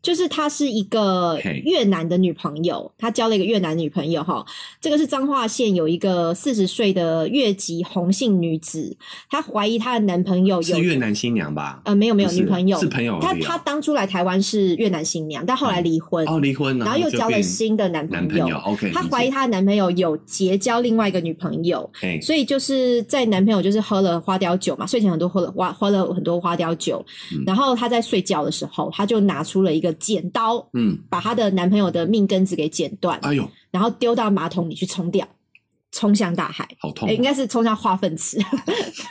[SPEAKER 1] 就是她是一个
[SPEAKER 2] 嘿
[SPEAKER 1] 越南的女朋友，她交了一个越南女朋友哈。这个是彰化县有一个四十岁的越籍红姓女子，她怀疑她的男朋友哦有
[SPEAKER 2] 是越南新娘吧？
[SPEAKER 1] 呃没有没有
[SPEAKER 2] 不是
[SPEAKER 1] 女朋友，
[SPEAKER 2] 是朋友
[SPEAKER 1] 她
[SPEAKER 2] 而已啊
[SPEAKER 1] 她当初来台湾是越南新娘，但后来离婚，
[SPEAKER 2] 哦，离婚了，
[SPEAKER 1] 然后又
[SPEAKER 2] 就
[SPEAKER 1] 交了
[SPEAKER 2] 变
[SPEAKER 1] 新的男
[SPEAKER 2] 男
[SPEAKER 1] 朋
[SPEAKER 2] 朋
[SPEAKER 1] 友
[SPEAKER 2] 友。，OK，
[SPEAKER 1] 她
[SPEAKER 2] 理
[SPEAKER 1] 怀疑
[SPEAKER 2] 解，
[SPEAKER 1] 她男朋友有结交另外一个女朋友，
[SPEAKER 2] 哎，
[SPEAKER 1] 所以就是在男朋友就是喝了花雕酒嘛，睡前很多喝了花喝了很多花雕酒，
[SPEAKER 2] 嗯
[SPEAKER 1] 然后她在睡觉的时候，她就拿出了一个剪刀，
[SPEAKER 2] 嗯，
[SPEAKER 1] 把她的男朋友的命根子给剪断，
[SPEAKER 2] 哎呦，
[SPEAKER 1] 然后丢到马桶里去冲掉，冲向大海，
[SPEAKER 2] 好痛啊
[SPEAKER 1] 诶，应该是冲向化粪池， *laughs*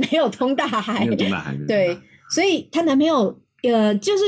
[SPEAKER 1] 没有冲大海，
[SPEAKER 2] 没有东南海，没有
[SPEAKER 1] 对
[SPEAKER 2] 东南海，
[SPEAKER 1] 所以她男朋友呃，就是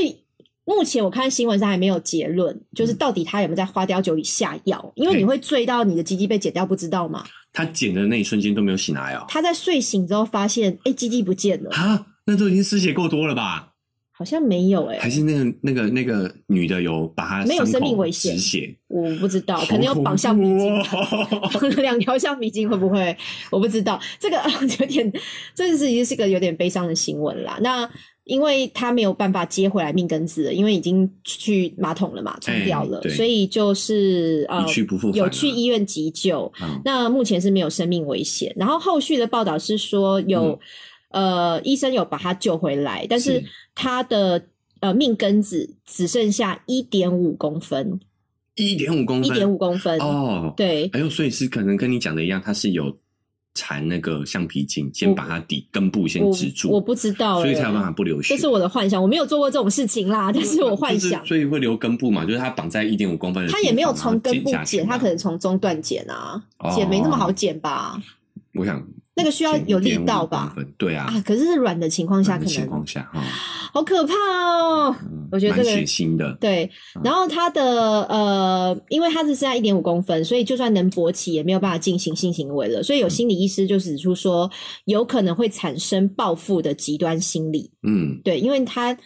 [SPEAKER 1] 目前我看新闻上还没有结论，
[SPEAKER 2] 嗯
[SPEAKER 1] 就是到底他有没有在花雕酒里下药，因为你
[SPEAKER 2] 嘿
[SPEAKER 1] 会醉到你的鸡鸡被剪掉，不知道嘛？
[SPEAKER 2] 他剪的那一瞬间都没有醒来哦，
[SPEAKER 1] 她在睡醒之后发现，哎、鸡鸡不见了，
[SPEAKER 2] 啊，那都已经失血够多了吧？
[SPEAKER 1] 好像没有哎、
[SPEAKER 2] 还是那个那个那个女的有把他
[SPEAKER 1] 没有
[SPEAKER 2] 伤
[SPEAKER 1] 生命
[SPEAKER 2] 口
[SPEAKER 1] 危险
[SPEAKER 2] 止血，
[SPEAKER 1] 我不知道，
[SPEAKER 2] 好
[SPEAKER 1] 可能有
[SPEAKER 2] 恐
[SPEAKER 1] 绑橡皮筋吧。
[SPEAKER 2] 怖哦
[SPEAKER 1] 绑了 *laughs* 两条橡皮筋会不会？我不知道，这个 *laughs* 有点，这是也是个有点悲伤的新闻啦。那因为她没有办法接回来命根子了，因为已经去马桶了嘛，冲掉了，
[SPEAKER 2] 哎对
[SPEAKER 1] 所以就是呃
[SPEAKER 2] 一去不复返啊
[SPEAKER 1] 有
[SPEAKER 2] 了
[SPEAKER 1] 去医院急救，
[SPEAKER 2] 嗯
[SPEAKER 1] 那目前是没有生命危险。然后后续的报道是说有、呃，医生有把他救回来，但是
[SPEAKER 2] 嗯是
[SPEAKER 1] 他的呃命根子只剩下一点五公分，
[SPEAKER 2] 一点五公
[SPEAKER 1] 一
[SPEAKER 2] 分，
[SPEAKER 1] 点五公分，
[SPEAKER 2] 哦，
[SPEAKER 1] 对，
[SPEAKER 2] 哎呦，所以是可能跟你讲的一样，它是有缠那个橡皮筋，先
[SPEAKER 1] 我
[SPEAKER 2] 把它底根部先
[SPEAKER 1] 我
[SPEAKER 2] 止住，
[SPEAKER 1] 我不知道，欸
[SPEAKER 2] 所以才有办法。不流血。
[SPEAKER 1] 这是我的幻想，我没有做过这种事情啦，但是我幻想
[SPEAKER 2] 就是，所以会留根部嘛，就是它绑在一点五公分的地方，
[SPEAKER 1] 他也没有从根
[SPEAKER 2] 然后
[SPEAKER 1] 部
[SPEAKER 2] 剪下去
[SPEAKER 1] 剪，
[SPEAKER 2] 嘛
[SPEAKER 1] 他可能从中段剪啊，
[SPEAKER 2] 哦
[SPEAKER 1] 剪没那么好剪吧？
[SPEAKER 2] 我想
[SPEAKER 1] 那个需要有力道吧
[SPEAKER 2] 1.5公分？对啊，
[SPEAKER 1] 啊，可是是软的情况下，
[SPEAKER 2] 那
[SPEAKER 1] 可
[SPEAKER 2] 情
[SPEAKER 1] 能
[SPEAKER 2] 况下哈，
[SPEAKER 1] 好可怕哦。
[SPEAKER 2] 嗯
[SPEAKER 1] 我觉得这个
[SPEAKER 2] 蛮血腥的，
[SPEAKER 1] 对，然
[SPEAKER 2] 嗯
[SPEAKER 1] 后他的呃，因为他只剩下一点五公分，所以就算能勃起，也没有办法进行性行为了。所以有
[SPEAKER 2] 嗯
[SPEAKER 1] 心理医师就指出说，有可能会产生报复的极端心理。
[SPEAKER 2] 嗯
[SPEAKER 1] 对，因为他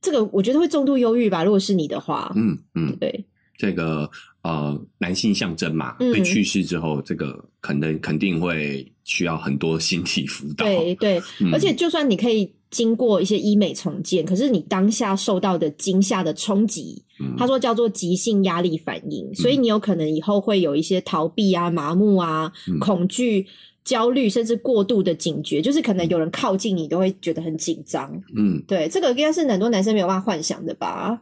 [SPEAKER 1] 这个我觉得会重度忧郁吧，如果是你的话，
[SPEAKER 2] 嗯嗯，
[SPEAKER 1] 对，
[SPEAKER 2] 这个呃男性象征嘛，
[SPEAKER 1] 嗯
[SPEAKER 2] 被去世之后，这个可能肯定会需要很多心理辅导，
[SPEAKER 1] 对对，
[SPEAKER 2] 嗯
[SPEAKER 1] 而且就算你可以经过一些医美重建，可是你当下受到的惊吓的冲击，
[SPEAKER 2] 嗯
[SPEAKER 1] 他说叫做急性压力反应，所以你有可能以后会有一些逃避啊、麻木啊、
[SPEAKER 2] 嗯
[SPEAKER 1] 恐惧、焦虑，甚至过度的警觉，就是可能有人靠近你都会觉得很紧张。
[SPEAKER 2] 嗯，
[SPEAKER 1] 对，这个应该是很多男生没有办法幻想的吧？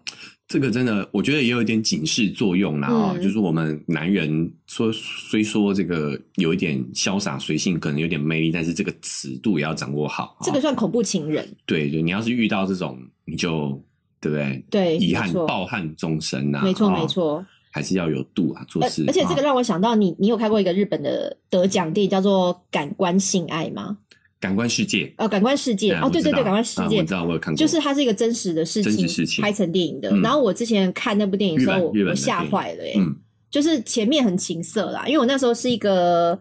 [SPEAKER 2] 这个真的，我觉得也有一点警示作用啦啊、
[SPEAKER 1] 嗯
[SPEAKER 2] 就是我们男人说，虽说这个有一点潇洒随性，可能有点魅力，但是这个尺度也要掌握好。啊
[SPEAKER 1] 这个算恐怖情人，
[SPEAKER 2] 对对，你要是遇到这种，你就对不对？
[SPEAKER 1] 对，
[SPEAKER 2] 遗憾
[SPEAKER 1] 没错
[SPEAKER 2] 抱憾终身呐、
[SPEAKER 1] 没错
[SPEAKER 2] 啊
[SPEAKER 1] 没，错。
[SPEAKER 2] 还是要有度啊，做
[SPEAKER 1] 而
[SPEAKER 2] 事。
[SPEAKER 1] 而且这个
[SPEAKER 2] 啊
[SPEAKER 1] 让我想到你，你有看过一个日本的得奖电影叫做《感官性爱》吗？
[SPEAKER 2] 感官世界，
[SPEAKER 1] 呃，感官世界
[SPEAKER 2] 啊
[SPEAKER 1] 哦，
[SPEAKER 2] 我
[SPEAKER 1] 对
[SPEAKER 2] 知
[SPEAKER 1] 对对，
[SPEAKER 2] 道
[SPEAKER 1] 感官世
[SPEAKER 2] 啊
[SPEAKER 1] 界
[SPEAKER 2] 我知，道我有看过，
[SPEAKER 1] 就是它是一个真实的事
[SPEAKER 2] 真
[SPEAKER 1] 情
[SPEAKER 2] 实事情
[SPEAKER 1] 拍成电影的
[SPEAKER 2] 嗯。
[SPEAKER 1] 然后我之前看那部电影的时
[SPEAKER 2] 日
[SPEAKER 1] 候，
[SPEAKER 2] 本日
[SPEAKER 1] 我
[SPEAKER 2] 本
[SPEAKER 1] 我
[SPEAKER 2] 的
[SPEAKER 1] 吓
[SPEAKER 2] 电影
[SPEAKER 1] 坏了耶，
[SPEAKER 2] 嗯，
[SPEAKER 1] 就是前面很情色啦，因为我那时候是一个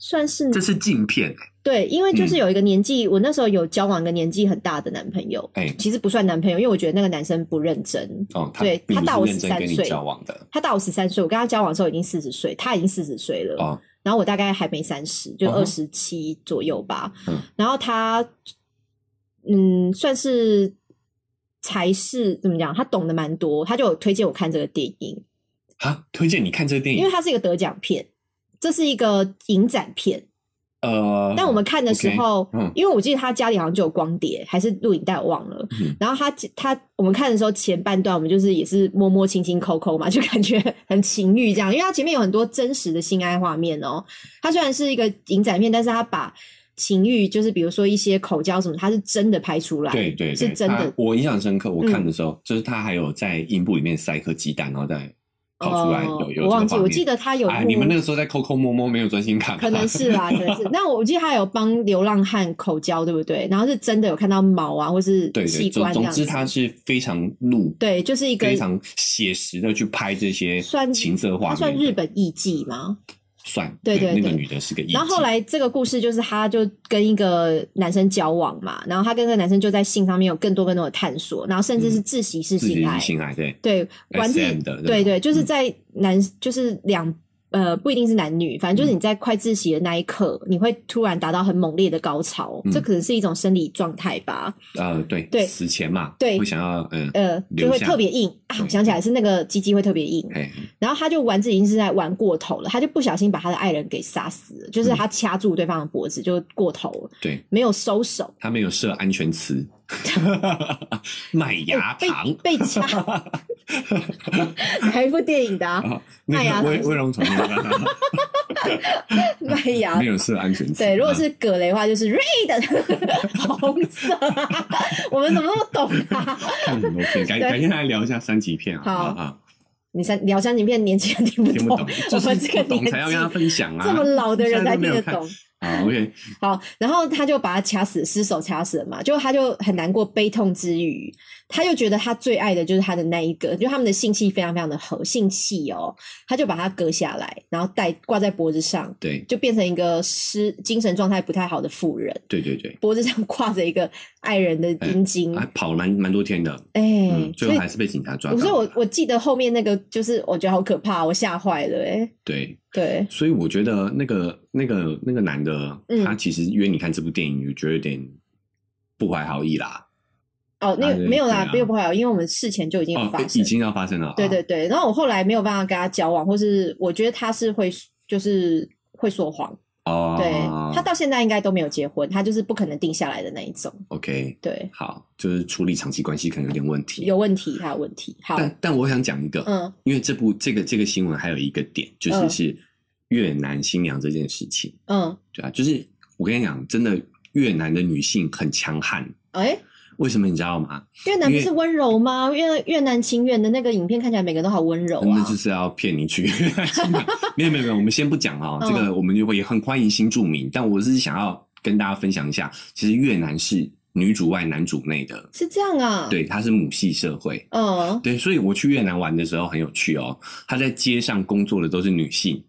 [SPEAKER 1] 算是
[SPEAKER 2] 这是镜片，
[SPEAKER 1] 对，因为就是
[SPEAKER 2] 嗯
[SPEAKER 1] 有一个年纪，我那时候有交往一个年纪很大的男朋友，
[SPEAKER 2] 哎、
[SPEAKER 1] 其实不算男朋友，因为我觉得那个男生不认真。
[SPEAKER 2] 哦，他
[SPEAKER 1] 对
[SPEAKER 2] 并
[SPEAKER 1] 他
[SPEAKER 2] 不
[SPEAKER 1] 大
[SPEAKER 2] 是
[SPEAKER 1] 我
[SPEAKER 2] 认真跟你
[SPEAKER 1] 13岁
[SPEAKER 2] 交往的
[SPEAKER 1] 他大我十三岁，我跟他交往的时候已经四十岁，他已经四十岁了。
[SPEAKER 2] 哦，
[SPEAKER 1] 然后我大概还没三十，就
[SPEAKER 2] 嗯
[SPEAKER 1] 二
[SPEAKER 2] 哼
[SPEAKER 1] 十七左右吧。
[SPEAKER 2] 嗯
[SPEAKER 1] 然后他，嗯，算是才是怎么讲？他懂得蛮多，他就有推荐我看这个电影，
[SPEAKER 2] 啊，推荐你看这个电
[SPEAKER 1] 因
[SPEAKER 2] 影
[SPEAKER 1] 为，它是一个得奖片，这是一个影展片。
[SPEAKER 2] 呃，
[SPEAKER 1] 但我们看的时候
[SPEAKER 2] OK，嗯
[SPEAKER 1] 因为我记得他家里好像就有光碟还是录影带，我忘了。
[SPEAKER 2] 嗯
[SPEAKER 1] 然后他他我们看的时候，前半段我们就是也是摸摸亲亲抠抠嘛， *laughs* 就感觉很情欲这样，因为他前面有很多真实的性爱画面哦。他虽然是一个影展片，但是他把情欲就是比如说一些口交什么，他是真的拍出来，
[SPEAKER 2] 对对对
[SPEAKER 1] 是真的
[SPEAKER 2] 他我印象深刻，我
[SPEAKER 1] 嗯
[SPEAKER 2] 看的时候、就是他还有在阴部里面塞一颗鸡蛋，然后再跑出来，
[SPEAKER 1] 哦
[SPEAKER 2] 有有
[SPEAKER 1] 我忘记，
[SPEAKER 2] 这个画面
[SPEAKER 1] 我记得他有
[SPEAKER 2] 哎，你们
[SPEAKER 1] 幕
[SPEAKER 2] 那个时候在抠抠摸摸，没有专心看吧，
[SPEAKER 1] 可
[SPEAKER 2] *laughs*
[SPEAKER 1] 能是啊啦，可能是。那我记得他有帮流浪汉口交，对不对？然后是真的有看到毛啊，或是
[SPEAKER 2] 对对，
[SPEAKER 1] 器
[SPEAKER 2] 总
[SPEAKER 1] 官这
[SPEAKER 2] 总
[SPEAKER 1] 样子。
[SPEAKER 2] 之他是非常露，
[SPEAKER 1] 对，就是一个
[SPEAKER 2] 非常写实的去拍这些
[SPEAKER 1] 算
[SPEAKER 2] 情色
[SPEAKER 1] 他
[SPEAKER 2] 画面，
[SPEAKER 1] 算日本艺妓吗？
[SPEAKER 2] 算
[SPEAKER 1] 对对
[SPEAKER 2] 那个
[SPEAKER 1] 对
[SPEAKER 2] 女的是个艺妓，
[SPEAKER 1] 然后后来这个故事就是，他就跟一个男生交往嘛，然后他跟这个男生就在性上面有更多更多的探索，然后甚至是窒息式
[SPEAKER 2] 自己
[SPEAKER 1] 性爱，
[SPEAKER 2] 是嗯性爱，对
[SPEAKER 1] 对，玩自
[SPEAKER 2] SM
[SPEAKER 1] 己，
[SPEAKER 2] 的，
[SPEAKER 1] 对对，就是
[SPEAKER 2] 嗯
[SPEAKER 1] 在男，就是两呃不一定是男女，反正
[SPEAKER 2] 嗯
[SPEAKER 1] 就是你在快窒息的那一刻，你会突然达到很猛烈的高潮，
[SPEAKER 2] 嗯
[SPEAKER 1] 这可能是一种生理状态吧，
[SPEAKER 2] 呃对
[SPEAKER 1] 对
[SPEAKER 2] 死前嘛，
[SPEAKER 1] 对
[SPEAKER 2] 会想要嗯
[SPEAKER 1] 呃，就
[SPEAKER 2] 留
[SPEAKER 1] 会
[SPEAKER 2] 下
[SPEAKER 1] 特别硬啊，我想起来是那个鸡鸡会特别硬，
[SPEAKER 2] 哎
[SPEAKER 1] 然后他就玩自己已经是在玩过头了，他就不小心把他的爱人给杀死了，
[SPEAKER 2] 嗯
[SPEAKER 1] 就是他掐住对方的脖子就过头了，
[SPEAKER 2] 对。
[SPEAKER 1] 没有收手，
[SPEAKER 2] 他没有设安
[SPEAKER 1] *laughs*
[SPEAKER 2] 全词，麦芽
[SPEAKER 1] 哎被
[SPEAKER 2] 糖，
[SPEAKER 1] *laughs* 被
[SPEAKER 2] *laughs*
[SPEAKER 1] 掐，哪一部电影的、啊？
[SPEAKER 2] 啊，那
[SPEAKER 1] 芽
[SPEAKER 2] 个
[SPEAKER 1] 糖
[SPEAKER 2] 威
[SPEAKER 1] 是
[SPEAKER 2] 威龙传说
[SPEAKER 1] *laughs* 麦芽
[SPEAKER 2] 嗯没。有设安全词。
[SPEAKER 1] 对，如果
[SPEAKER 2] 啊
[SPEAKER 1] 是葛雷的话，就是 red *laughs* 红色、我们怎么那么懂啊？
[SPEAKER 2] 看很多
[SPEAKER 1] *laughs*
[SPEAKER 2] 片，改
[SPEAKER 1] 对
[SPEAKER 2] 改天来聊一下三级片啊
[SPEAKER 1] 好
[SPEAKER 2] 啊啊，
[SPEAKER 1] 你三聊三级片，年轻人听不
[SPEAKER 2] 听不
[SPEAKER 1] 懂，
[SPEAKER 2] 懂，
[SPEAKER 1] 我
[SPEAKER 2] 就是
[SPEAKER 1] 们这个
[SPEAKER 2] 不懂
[SPEAKER 1] 年纪
[SPEAKER 2] 才要跟他分享
[SPEAKER 1] *laughs*
[SPEAKER 2] 啊，
[SPEAKER 1] 这么老的人
[SPEAKER 2] 现在
[SPEAKER 1] 才
[SPEAKER 2] 都没
[SPEAKER 1] 听
[SPEAKER 2] 有
[SPEAKER 1] 得
[SPEAKER 2] 看
[SPEAKER 1] 懂。
[SPEAKER 2] 啊。OK，
[SPEAKER 1] 好，然后他就把他掐死，失手掐死了嘛，就他就很难过，悲痛之余，他就觉得他最爱的就是他的那一个，就他们的性气非常非常的合，性气哦，他就把它割下来，然后戴挂在脖子上，
[SPEAKER 2] 对
[SPEAKER 1] 就变成一个失精神状态不太好的妇人，
[SPEAKER 2] 对对对，
[SPEAKER 1] 脖子上 *laughs* 挂着一个爱人的阴茎，
[SPEAKER 2] 还
[SPEAKER 1] 哎、
[SPEAKER 2] 跑蛮蛮多天的，啊嗯，最
[SPEAKER 1] 所以
[SPEAKER 2] 后还是被警察抓
[SPEAKER 1] 我
[SPEAKER 2] 到。
[SPEAKER 1] 说我我记得后面那个就是我觉得好可怕，我吓坏了、哎，
[SPEAKER 2] 对，
[SPEAKER 1] 对，
[SPEAKER 2] 所以我觉得那个那个那个男的，
[SPEAKER 1] 嗯
[SPEAKER 2] 他其实约你看这部电影，我觉得有点不怀好意啦。
[SPEAKER 1] 哦，那
[SPEAKER 2] 啊
[SPEAKER 1] 个
[SPEAKER 2] 对
[SPEAKER 1] 没有
[SPEAKER 2] 对
[SPEAKER 1] 啦
[SPEAKER 2] 啊，
[SPEAKER 1] 没有不好，因为我们事前就已经有
[SPEAKER 2] 哦
[SPEAKER 1] 发，生
[SPEAKER 2] 已。经要发生了。
[SPEAKER 1] 对
[SPEAKER 2] 啊
[SPEAKER 1] 对，对，然后我后来没有办法跟他交往，或是我觉得他是会，就是会说谎，
[SPEAKER 2] 哦，
[SPEAKER 1] 对他到现在应该都没有结婚，他就是不可能定下来的那一种。
[SPEAKER 2] OK，
[SPEAKER 1] 对，
[SPEAKER 2] 好，就是处理长期关系可能有点问题。
[SPEAKER 1] 有问题，他有问题。好，
[SPEAKER 2] 但但我想讲一个，
[SPEAKER 1] 嗯，
[SPEAKER 2] 因为这部这个这个新闻还有一个点，就是
[SPEAKER 1] 嗯
[SPEAKER 2] 是越南新娘这件事情，
[SPEAKER 1] 嗯，
[SPEAKER 2] 对啊，就是我跟你讲，真的越南的女性很强悍，
[SPEAKER 1] 哎、
[SPEAKER 2] 为什么你知道吗？
[SPEAKER 1] 越南不
[SPEAKER 2] 因为
[SPEAKER 1] 是温柔吗？越越南情缘的那个影片看起来每个人都好温柔
[SPEAKER 2] 那
[SPEAKER 1] 啊
[SPEAKER 2] 就。是要骗你去 *laughs* 越南新娘。没有没有没有，我们先不讲哦，
[SPEAKER 1] 嗯
[SPEAKER 2] 这个我们就会也很欢迎新住民，但我是想要跟大家分享一下，其实越南是女主外男主内的，
[SPEAKER 1] 是这样啊。。
[SPEAKER 2] 对，它是母系社会。
[SPEAKER 1] 嗯，
[SPEAKER 2] 对，所以我去越南玩的时候很有趣哦。他在街上工作的都是女性，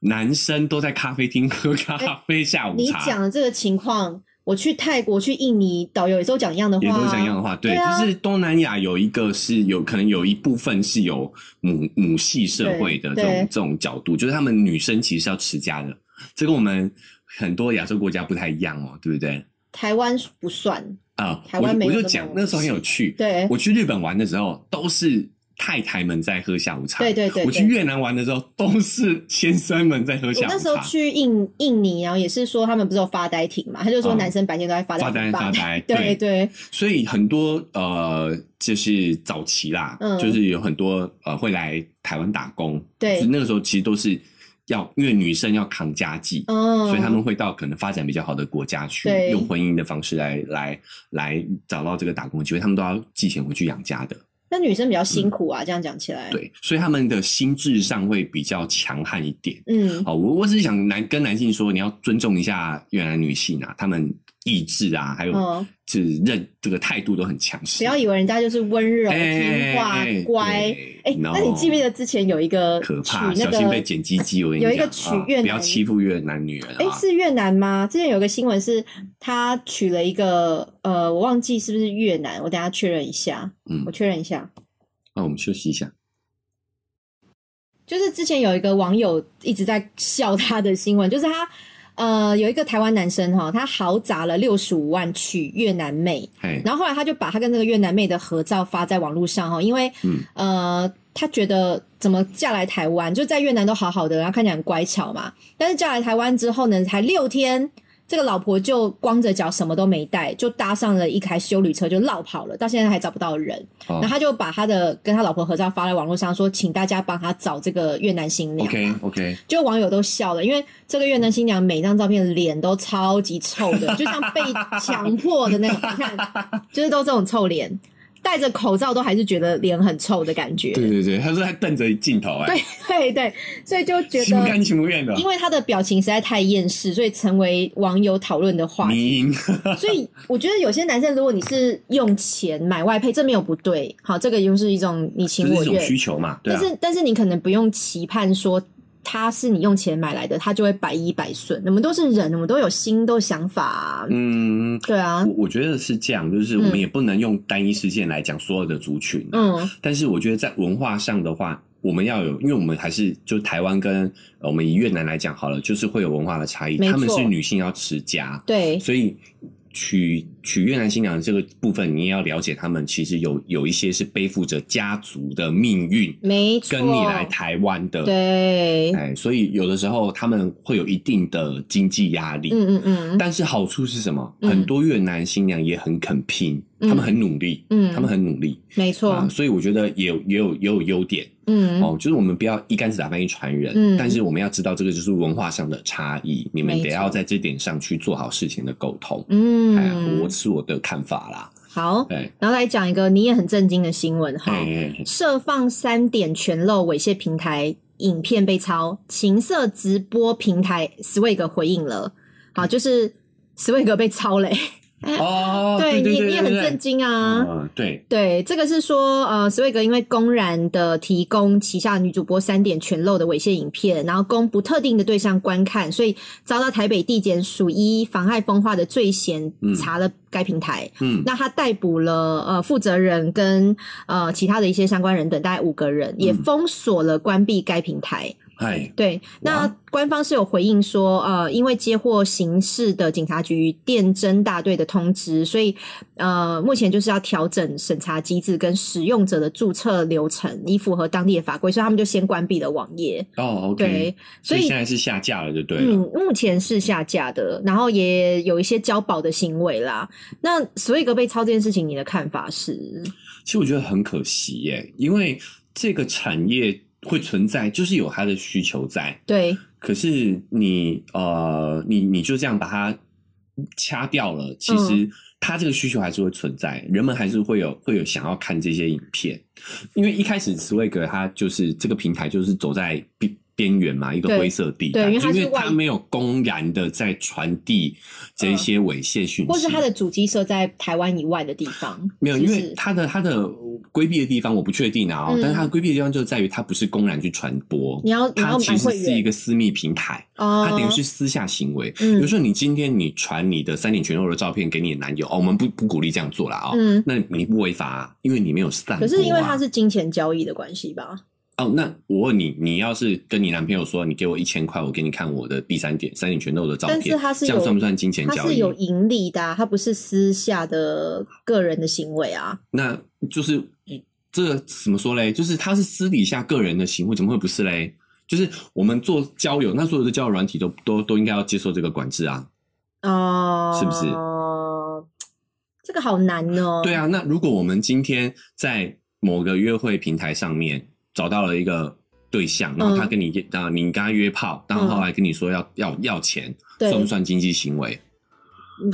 [SPEAKER 2] 男生都在咖啡厅喝咖啡、下午
[SPEAKER 1] 哎你
[SPEAKER 2] 茶，
[SPEAKER 1] 讲的这个情况，我去泰国、去印尼，导游也都讲一样的话、
[SPEAKER 2] 也
[SPEAKER 1] 啊，
[SPEAKER 2] 都是这样的话。对，
[SPEAKER 1] 对啊
[SPEAKER 2] 就是东南亚有一个是有可能有一部分是有母母系社会的这
[SPEAKER 1] 对
[SPEAKER 2] 种
[SPEAKER 1] 对
[SPEAKER 2] 这种角度，就是他们女生其实是要持家的，这跟我们很多亚洲国家不太一样哦，对不对？
[SPEAKER 1] 台湾不算，
[SPEAKER 2] 啊、
[SPEAKER 1] 台
[SPEAKER 2] 我
[SPEAKER 1] 湾没
[SPEAKER 2] 我
[SPEAKER 1] 有
[SPEAKER 2] 就
[SPEAKER 1] 这种
[SPEAKER 2] 讲那时候很有趣，
[SPEAKER 1] 对
[SPEAKER 2] 我去日本玩的时候都是太太们在喝下午茶，
[SPEAKER 1] 对对对对
[SPEAKER 2] 我去越南玩的时候都是先生们在喝
[SPEAKER 1] 我
[SPEAKER 2] 下午茶。
[SPEAKER 1] 那时候去印印尼，然后也是说他们不是有发呆亭嘛，他就说
[SPEAKER 2] 嗯
[SPEAKER 1] 男生白天都在发
[SPEAKER 2] 发
[SPEAKER 1] 呆
[SPEAKER 2] 呆
[SPEAKER 1] 亭吧
[SPEAKER 2] 发呆，
[SPEAKER 1] 对对，
[SPEAKER 2] 所以很多呃，就是早期啦，
[SPEAKER 1] 嗯
[SPEAKER 2] 就是有很多呃会来台湾打工，
[SPEAKER 1] 对
[SPEAKER 2] 就是那个时候其实都是要因为女生要扛家计，
[SPEAKER 1] 嗯，
[SPEAKER 2] 所以他们会到可能发展比较好的国家去，
[SPEAKER 1] 对
[SPEAKER 2] 用婚姻的方式来来来找到这个打工的机会，他们都要寄钱回去养家的。
[SPEAKER 1] 那女生比较辛苦啊，这样讲起来，，
[SPEAKER 2] 对，所以他们的心智上会比较强悍一点。
[SPEAKER 1] 嗯，
[SPEAKER 2] 好，我我只是想男跟男性说，你要尊重一下越南女性啊，她们意志啊，还有
[SPEAKER 1] 嗯
[SPEAKER 2] 就是认、这个态度都很强势。
[SPEAKER 1] 不要以为人家就是温柔、
[SPEAKER 2] 哎
[SPEAKER 1] 听话
[SPEAKER 2] 哎、
[SPEAKER 1] 乖，
[SPEAKER 2] 对
[SPEAKER 1] 哎，那你
[SPEAKER 2] no
[SPEAKER 1] 记不记得之前有一个
[SPEAKER 2] 可
[SPEAKER 1] 娶
[SPEAKER 2] 怕，
[SPEAKER 1] 那
[SPEAKER 2] 小心被
[SPEAKER 1] 个？
[SPEAKER 2] 剪鸡鸡。我跟你
[SPEAKER 1] 有一
[SPEAKER 2] 讲
[SPEAKER 1] 个娶
[SPEAKER 2] 啊
[SPEAKER 1] 越
[SPEAKER 2] 不要
[SPEAKER 1] 南
[SPEAKER 2] 欺负越南女人
[SPEAKER 1] 哎，
[SPEAKER 2] 啊！
[SPEAKER 1] 是越南吗？之前有个新闻是他娶了一个呃，我忘记是不是越南，我等一下确认一下，
[SPEAKER 2] 嗯
[SPEAKER 1] 我，确认一下。
[SPEAKER 2] 那啊我们休息一下。
[SPEAKER 1] 就是之前有一个网友一直在笑他的新闻，就是他呃有一个台湾男生哈、他豪砸了六十五万娶越南妹，
[SPEAKER 2] 嘿，
[SPEAKER 1] 然后后来他就把他跟那个越南妹的合照发在网络上哈、因为、
[SPEAKER 2] 嗯
[SPEAKER 1] 呃他觉得怎么嫁来台湾，就在越南都好好的，然后看起来很乖巧嘛，但是嫁来台湾之后呢，才六天。这个老婆就光着脚，什么都没带，就搭上了一台修旅车就落跑了，到现在还找不到人。
[SPEAKER 2] 好
[SPEAKER 1] 然后他就把他的跟他老婆合照发在网络上，说请大家帮他找这个越南新娘。
[SPEAKER 2] ，OK OK，
[SPEAKER 1] 就网友都笑了，因为这个越南新娘每张照片脸都超级臭的，就像被强迫的那种，你看，就是都这种臭脸，戴着口罩都还是觉得脸很臭的感觉。
[SPEAKER 2] 对对对，他说他瞪着镜头，哎，
[SPEAKER 1] 对对，所以就觉
[SPEAKER 2] 心不
[SPEAKER 1] 得，
[SPEAKER 2] 甘情不愿的
[SPEAKER 1] 因为他的表情实在太厌世，所以成为网友讨论的话题。
[SPEAKER 2] 迷因，
[SPEAKER 1] 所以我觉得有些男生，如果你是用钱买外配，这没有不对，好，这个又是一种你
[SPEAKER 2] 就
[SPEAKER 1] 情
[SPEAKER 2] 是
[SPEAKER 1] 我
[SPEAKER 2] 一种
[SPEAKER 1] 愿。
[SPEAKER 2] 需求嘛，对
[SPEAKER 1] 但
[SPEAKER 2] 啊。
[SPEAKER 1] 是但是你可能不用期盼说他是你用钱买来的，他就会百依百顺。我们都是人，我们都有心，都有想法、啊，
[SPEAKER 2] 嗯，
[SPEAKER 1] 对啊，
[SPEAKER 2] 我我觉得是这样，就是我们
[SPEAKER 1] 嗯
[SPEAKER 2] 也不能用单一事件来讲所有的族群、啊，
[SPEAKER 1] 嗯
[SPEAKER 2] 但是我觉得在文化上的话，我们要有，因为我们还是就台湾跟呃我们以越南来讲好了，就是会有文化的差异，
[SPEAKER 1] 没错
[SPEAKER 2] 他们是女性要持家，
[SPEAKER 1] 对，
[SPEAKER 2] 所以。娶娶越南新娘的这个部分，你也要了解，他们其实有有一些是背负着家族的命运，
[SPEAKER 1] 没错，
[SPEAKER 2] 跟你来台湾的，
[SPEAKER 1] 对，
[SPEAKER 2] 哎，所以有的时候他们会有一定的经济压力，
[SPEAKER 1] 嗯嗯嗯
[SPEAKER 2] 但是好处是什么？
[SPEAKER 1] 嗯
[SPEAKER 2] 很多越南新娘也很肯拼，
[SPEAKER 1] 嗯
[SPEAKER 2] 她们很努力，
[SPEAKER 1] 嗯，
[SPEAKER 2] 她们很努力
[SPEAKER 1] 没错，
[SPEAKER 2] 啊，所以我觉得也有也有也有优点
[SPEAKER 1] 嗯，
[SPEAKER 2] 哦，就是我们不要一竿子打翻一船人，
[SPEAKER 1] 嗯
[SPEAKER 2] 但是我们要知道这个就是文化上的差异，你们
[SPEAKER 1] 没
[SPEAKER 2] 得
[SPEAKER 1] 错
[SPEAKER 2] 要在这点上去做好事情的沟通。哎，
[SPEAKER 1] 嗯，
[SPEAKER 2] 我是我的看法啦，
[SPEAKER 1] 好，
[SPEAKER 2] 对，
[SPEAKER 1] 然后来讲一个你也很震惊的新闻哈。
[SPEAKER 2] 哎，
[SPEAKER 1] 涉放三点全漏猥亵平台影片被抄，情色直播平台 Swag 回应了，好，
[SPEAKER 2] 嗯
[SPEAKER 1] 就是 Swag 被抄嘞、
[SPEAKER 2] 哦，
[SPEAKER 1] *laughs*
[SPEAKER 2] 对
[SPEAKER 1] 你
[SPEAKER 2] 对
[SPEAKER 1] 你也很震
[SPEAKER 2] 对，
[SPEAKER 1] 惊啊。
[SPEAKER 2] 嗯，对，
[SPEAKER 1] 对，这个是说，呃，Swag 因为公然的提供旗下女主播三点全漏的猥亵影片，然后供不特定的对象观看，所以遭到台北地检署依妨害风化的罪嫌
[SPEAKER 2] 嗯
[SPEAKER 1] 查了该平台。
[SPEAKER 2] 嗯，
[SPEAKER 1] 那他逮捕了呃负责人跟呃其他的一些相关人等，大概五个人，也
[SPEAKER 2] 嗯
[SPEAKER 1] 封锁了关闭该平台。
[SPEAKER 2] 嗨，
[SPEAKER 1] 对，那
[SPEAKER 2] 哇
[SPEAKER 1] 官方是有回应说，呃，因为接获刑事的警察局电侦大队的通知，所以呃，目前就是要调整审查机制跟使用者的注册流程，以符合当地的法规，所以他们就先关闭了网页。
[SPEAKER 2] 哦
[SPEAKER 1] 对
[SPEAKER 2] ，OK，，
[SPEAKER 1] 所
[SPEAKER 2] 所
[SPEAKER 1] 以
[SPEAKER 2] 以现在是下架了，就对了。
[SPEAKER 1] 嗯，目前是下架的，然后也有一些交保的行为啦。那所以格被抄这件事情，你的看法是？
[SPEAKER 2] 其实我觉得很可惜耶，因为这个产业会存在，就是有它的需求在。
[SPEAKER 1] 对，
[SPEAKER 2] 可是你呃，你你就这样把它掐掉了，其
[SPEAKER 1] 嗯
[SPEAKER 2] 实它这个需求还是会存在，人们还是会有会有想要看这些影片，因为一开始茨威格它就是这个平台就是走在边边缘嘛，一个
[SPEAKER 1] 对
[SPEAKER 2] 灰色地
[SPEAKER 1] 对
[SPEAKER 2] 带，
[SPEAKER 1] 因为它
[SPEAKER 2] 就是因为
[SPEAKER 1] 外
[SPEAKER 2] 它没有公然的在传递这些猥亵讯息，
[SPEAKER 1] 或是他的主机设在台湾以外的地方？
[SPEAKER 2] 没有，
[SPEAKER 1] 是不
[SPEAKER 2] 因
[SPEAKER 1] 是
[SPEAKER 2] 为它的它的规避的地方我不确定啊、哦，
[SPEAKER 1] 嗯
[SPEAKER 2] 但是它的规避的地方就在于它不是公然去传播
[SPEAKER 1] 你，要你
[SPEAKER 2] 它
[SPEAKER 1] 要
[SPEAKER 2] 其
[SPEAKER 1] 买
[SPEAKER 2] 实
[SPEAKER 1] 会
[SPEAKER 2] 是一
[SPEAKER 1] 员
[SPEAKER 2] 个私密平台，
[SPEAKER 1] 哦，
[SPEAKER 2] 它等于是私下行为。比
[SPEAKER 1] 嗯
[SPEAKER 2] 如说，你今天你传你的三点全露的照片给你的男友，哦，我们不不鼓励这样做啦，哦，
[SPEAKER 1] 嗯，
[SPEAKER 2] 那你不违法、啊，因为你没有散播、
[SPEAKER 1] 可
[SPEAKER 2] 啊。
[SPEAKER 1] 是因为它是金钱交易的关系吧？
[SPEAKER 2] 哦，那我问你，你要是跟你男朋友说，你给我一千块，我给你看我的第三点三点全露的照片，
[SPEAKER 1] 但是它是
[SPEAKER 2] 这样
[SPEAKER 1] 有
[SPEAKER 2] 算不算金钱
[SPEAKER 1] 它
[SPEAKER 2] 交
[SPEAKER 1] 是
[SPEAKER 2] 易？
[SPEAKER 1] 有盈利的、啊，它不是私下的个人的行为啊。
[SPEAKER 2] 那就是这个怎么说嘞？就是他是私底下个人的行为，怎么会不是嘞？就是我们做交友，那所有的交友软体都都都应该要接受这个管制啊。
[SPEAKER 1] 哦、
[SPEAKER 2] 是不是？
[SPEAKER 1] 这个好难哦。
[SPEAKER 2] 对，啊，那如果我们今天在某个约会平台上面找到了一个对象，然后
[SPEAKER 1] 嗯
[SPEAKER 2] 他跟你啊、你跟他约炮，然后后来跟你说要、要要钱，
[SPEAKER 1] 对
[SPEAKER 2] 算不算经济行为？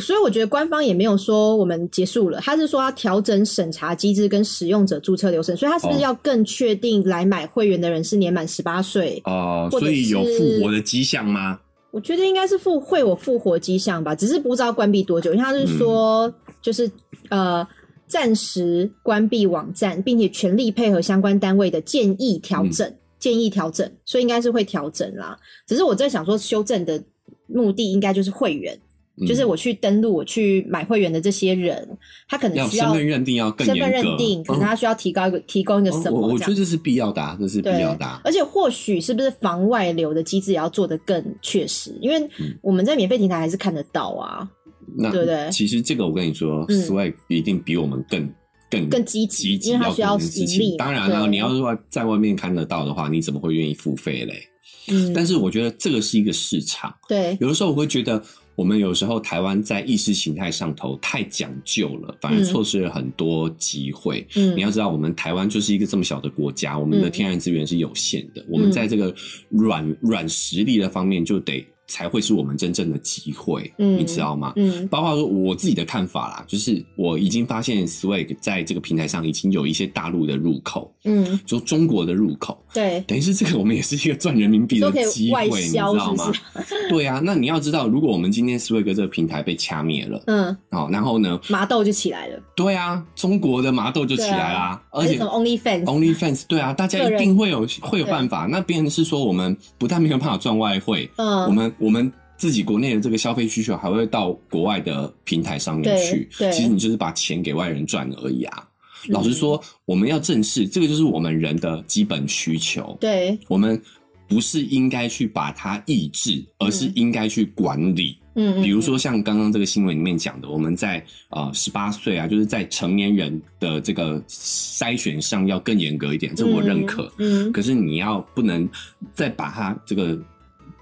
[SPEAKER 1] 所以我觉得官方也没有说我们结束了，他是说要调整审查机制跟使用者注册流程，所以他是不是
[SPEAKER 2] 哦
[SPEAKER 1] 要更确定来买会员的人是年满十八岁？
[SPEAKER 2] 哦、
[SPEAKER 1] 或者
[SPEAKER 2] 所以有
[SPEAKER 1] 是
[SPEAKER 2] 复活的迹象吗？
[SPEAKER 1] 我觉得应该是复会有复活迹象吧，只是不知道关闭多久，因为他
[SPEAKER 2] 嗯
[SPEAKER 1] 是说、就是呃暂时关闭网站，并且全力配合相关单位的建议
[SPEAKER 2] 嗯
[SPEAKER 1] 调整，建议调整，所以应该是会调整啦。只是我在想说，修正的目的应该就是会员，
[SPEAKER 2] 嗯
[SPEAKER 1] 就是我去登录我去买会员的这些人，他可能
[SPEAKER 2] 要
[SPEAKER 1] 需要
[SPEAKER 2] 身份认定要更
[SPEAKER 1] 身份
[SPEAKER 2] 严格
[SPEAKER 1] 认定，可能
[SPEAKER 2] 嗯
[SPEAKER 1] 他需要提高一个、提供一个什
[SPEAKER 2] 我
[SPEAKER 1] 么
[SPEAKER 2] 我
[SPEAKER 1] 这
[SPEAKER 2] 觉
[SPEAKER 1] 样
[SPEAKER 2] 得。这是必要的、啊，这是必
[SPEAKER 1] 对
[SPEAKER 2] 要的、啊。
[SPEAKER 1] 而且或许是不是防外流的机制也要做得更确实，因为
[SPEAKER 2] 嗯
[SPEAKER 1] 我们在免费平台还是看得到啊，
[SPEAKER 2] 那
[SPEAKER 1] 对不对
[SPEAKER 2] 其实这个我跟你说、
[SPEAKER 1] 嗯
[SPEAKER 2] s w a g 一定比我们更更
[SPEAKER 1] 更积极
[SPEAKER 2] 嗯积极，
[SPEAKER 1] 因为它需要
[SPEAKER 2] 做这件事
[SPEAKER 1] 盈利
[SPEAKER 2] 情
[SPEAKER 1] 嘛
[SPEAKER 2] 当然了、
[SPEAKER 1] 对啊
[SPEAKER 2] 你要是外在外面看得到的话，你怎么会愿意付费嘞？
[SPEAKER 1] 嗯，
[SPEAKER 2] 但是我觉得这个是一个市场，
[SPEAKER 1] 对，
[SPEAKER 2] 有的时候我会觉得。我们有时候台湾在意识形态上头太讲究了，反而
[SPEAKER 1] 嗯
[SPEAKER 2] 错失了很多机会。
[SPEAKER 1] 嗯，
[SPEAKER 2] 你要知道，我们台湾就是一个这么小的国家，我们的
[SPEAKER 1] 嗯
[SPEAKER 2] 天然资源是有限的，我们在这个软软实力的方面，就得才会是我们真正的机会，
[SPEAKER 1] 嗯
[SPEAKER 2] 你知道吗？
[SPEAKER 1] 嗯
[SPEAKER 2] 包括说我自己的看法啦，就是我已经发现 Swag 在这个平台上已经有一些大陆的入口，
[SPEAKER 1] 嗯，
[SPEAKER 2] 就中国的入口，
[SPEAKER 1] 对，
[SPEAKER 2] 等于是这个我们也是一个赚人民币的
[SPEAKER 1] 都可以
[SPEAKER 2] 机会，
[SPEAKER 1] 外
[SPEAKER 2] 你知
[SPEAKER 1] 销
[SPEAKER 2] 道
[SPEAKER 1] 是不
[SPEAKER 2] 吗？ *laughs*
[SPEAKER 1] 是？
[SPEAKER 2] 对啊，那你要知道，如果我们今天 Swag 这个平台被掐灭了，
[SPEAKER 1] 嗯，
[SPEAKER 2] 好、然后呢，
[SPEAKER 1] 麻豆就起来了，
[SPEAKER 2] 对啊，中国的麻豆就起来啦、而
[SPEAKER 1] 还是
[SPEAKER 2] 且
[SPEAKER 1] 啊什么 OnlyFans，
[SPEAKER 2] OnlyFans 对啊，大家
[SPEAKER 1] 个
[SPEAKER 2] 一
[SPEAKER 1] 人
[SPEAKER 2] 定会有会有办法。那变成是说，我们不但没有办法赚外汇，我
[SPEAKER 1] 嗯，
[SPEAKER 2] 们我们自己国内的这个消费需求还会到国外的平台上面
[SPEAKER 1] 对
[SPEAKER 2] 去。
[SPEAKER 1] 对
[SPEAKER 2] 其实你就是把钱给外人赚而已啊。
[SPEAKER 1] 嗯
[SPEAKER 2] 老实说，我们要正视这个，就是我们人的基本需求。
[SPEAKER 1] 对，
[SPEAKER 2] 我们不是应该去把它抑制，而是应该去管理。
[SPEAKER 1] 嗯嗯，嗯
[SPEAKER 2] 比如，说像刚刚这个新闻里面讲的，我们在呃十八岁啊，就是在成年人的这个筛选上要更严格一点，这我认可。
[SPEAKER 1] 嗯，
[SPEAKER 2] 可是你要不能再把它这个，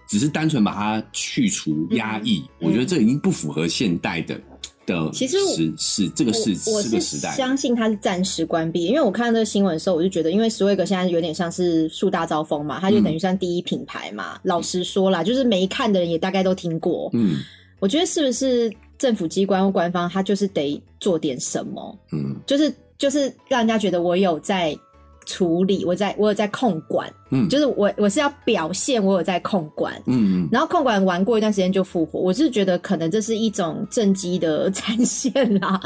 [SPEAKER 2] 只是单纯把它去除
[SPEAKER 1] 嗯
[SPEAKER 2] 压抑，
[SPEAKER 1] 嗯
[SPEAKER 2] 我觉得这已经不符合现代的的
[SPEAKER 1] 其实我
[SPEAKER 2] 时是这个是
[SPEAKER 1] 我我
[SPEAKER 2] 这
[SPEAKER 1] 是
[SPEAKER 2] 个时代。
[SPEAKER 1] 相信它是暂时关闭，因为我看到这个新闻的时候，我就觉得，因为 Swag 现在有点像是树大招风嘛，它就
[SPEAKER 2] 嗯
[SPEAKER 1] 等于算第一品牌嘛。老实说啦，就是没看的人也大概都听过。
[SPEAKER 2] 嗯
[SPEAKER 1] 我觉得是不是政府机关或官方，他就是得做点什么，
[SPEAKER 2] 嗯
[SPEAKER 1] 就是就是让人家觉得我有在处理，我在我有在控管，
[SPEAKER 2] 嗯
[SPEAKER 1] 就是我我是要表现我有在控管。
[SPEAKER 2] 嗯嗯，
[SPEAKER 1] 然后控管玩过一段时间就复活，我是觉得可能这是一种政绩的 *laughs* 展现啦，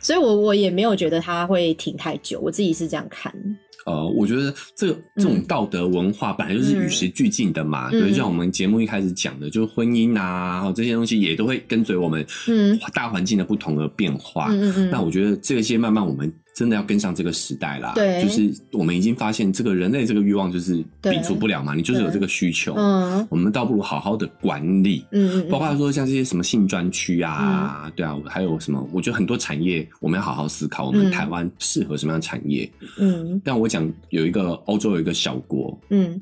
[SPEAKER 1] 所以我我也没有觉得它会停太久，我自己是这样看。
[SPEAKER 2] 呃，我觉得这个这种道德文化本来就是与时俱进的嘛，
[SPEAKER 1] 嗯
[SPEAKER 2] 对，就像我们节目一开始讲的，就是婚姻啊，然后这些东西也都会跟随我们
[SPEAKER 1] 嗯
[SPEAKER 2] 大环境的不同而变化。
[SPEAKER 1] 嗯嗯嗯，
[SPEAKER 2] 那我觉得这些慢慢我们真的要跟上这个时代啦。
[SPEAKER 1] 对
[SPEAKER 2] 就是我们已经发现这个人类这个欲望就是
[SPEAKER 1] 对
[SPEAKER 2] 摒除不了嘛，你就是有这个需求，
[SPEAKER 1] 嗯
[SPEAKER 2] 我们倒不如好好的管理。
[SPEAKER 1] 嗯嗯嗯
[SPEAKER 2] 包括说像这些什么性专区啊，对啊，还有什么？我觉得很多产业我们要好好思考，我们
[SPEAKER 1] 嗯
[SPEAKER 2] 台湾适合什么样的产业？
[SPEAKER 1] 嗯
[SPEAKER 2] 但我讲有一个欧洲有一个小国，
[SPEAKER 1] 嗯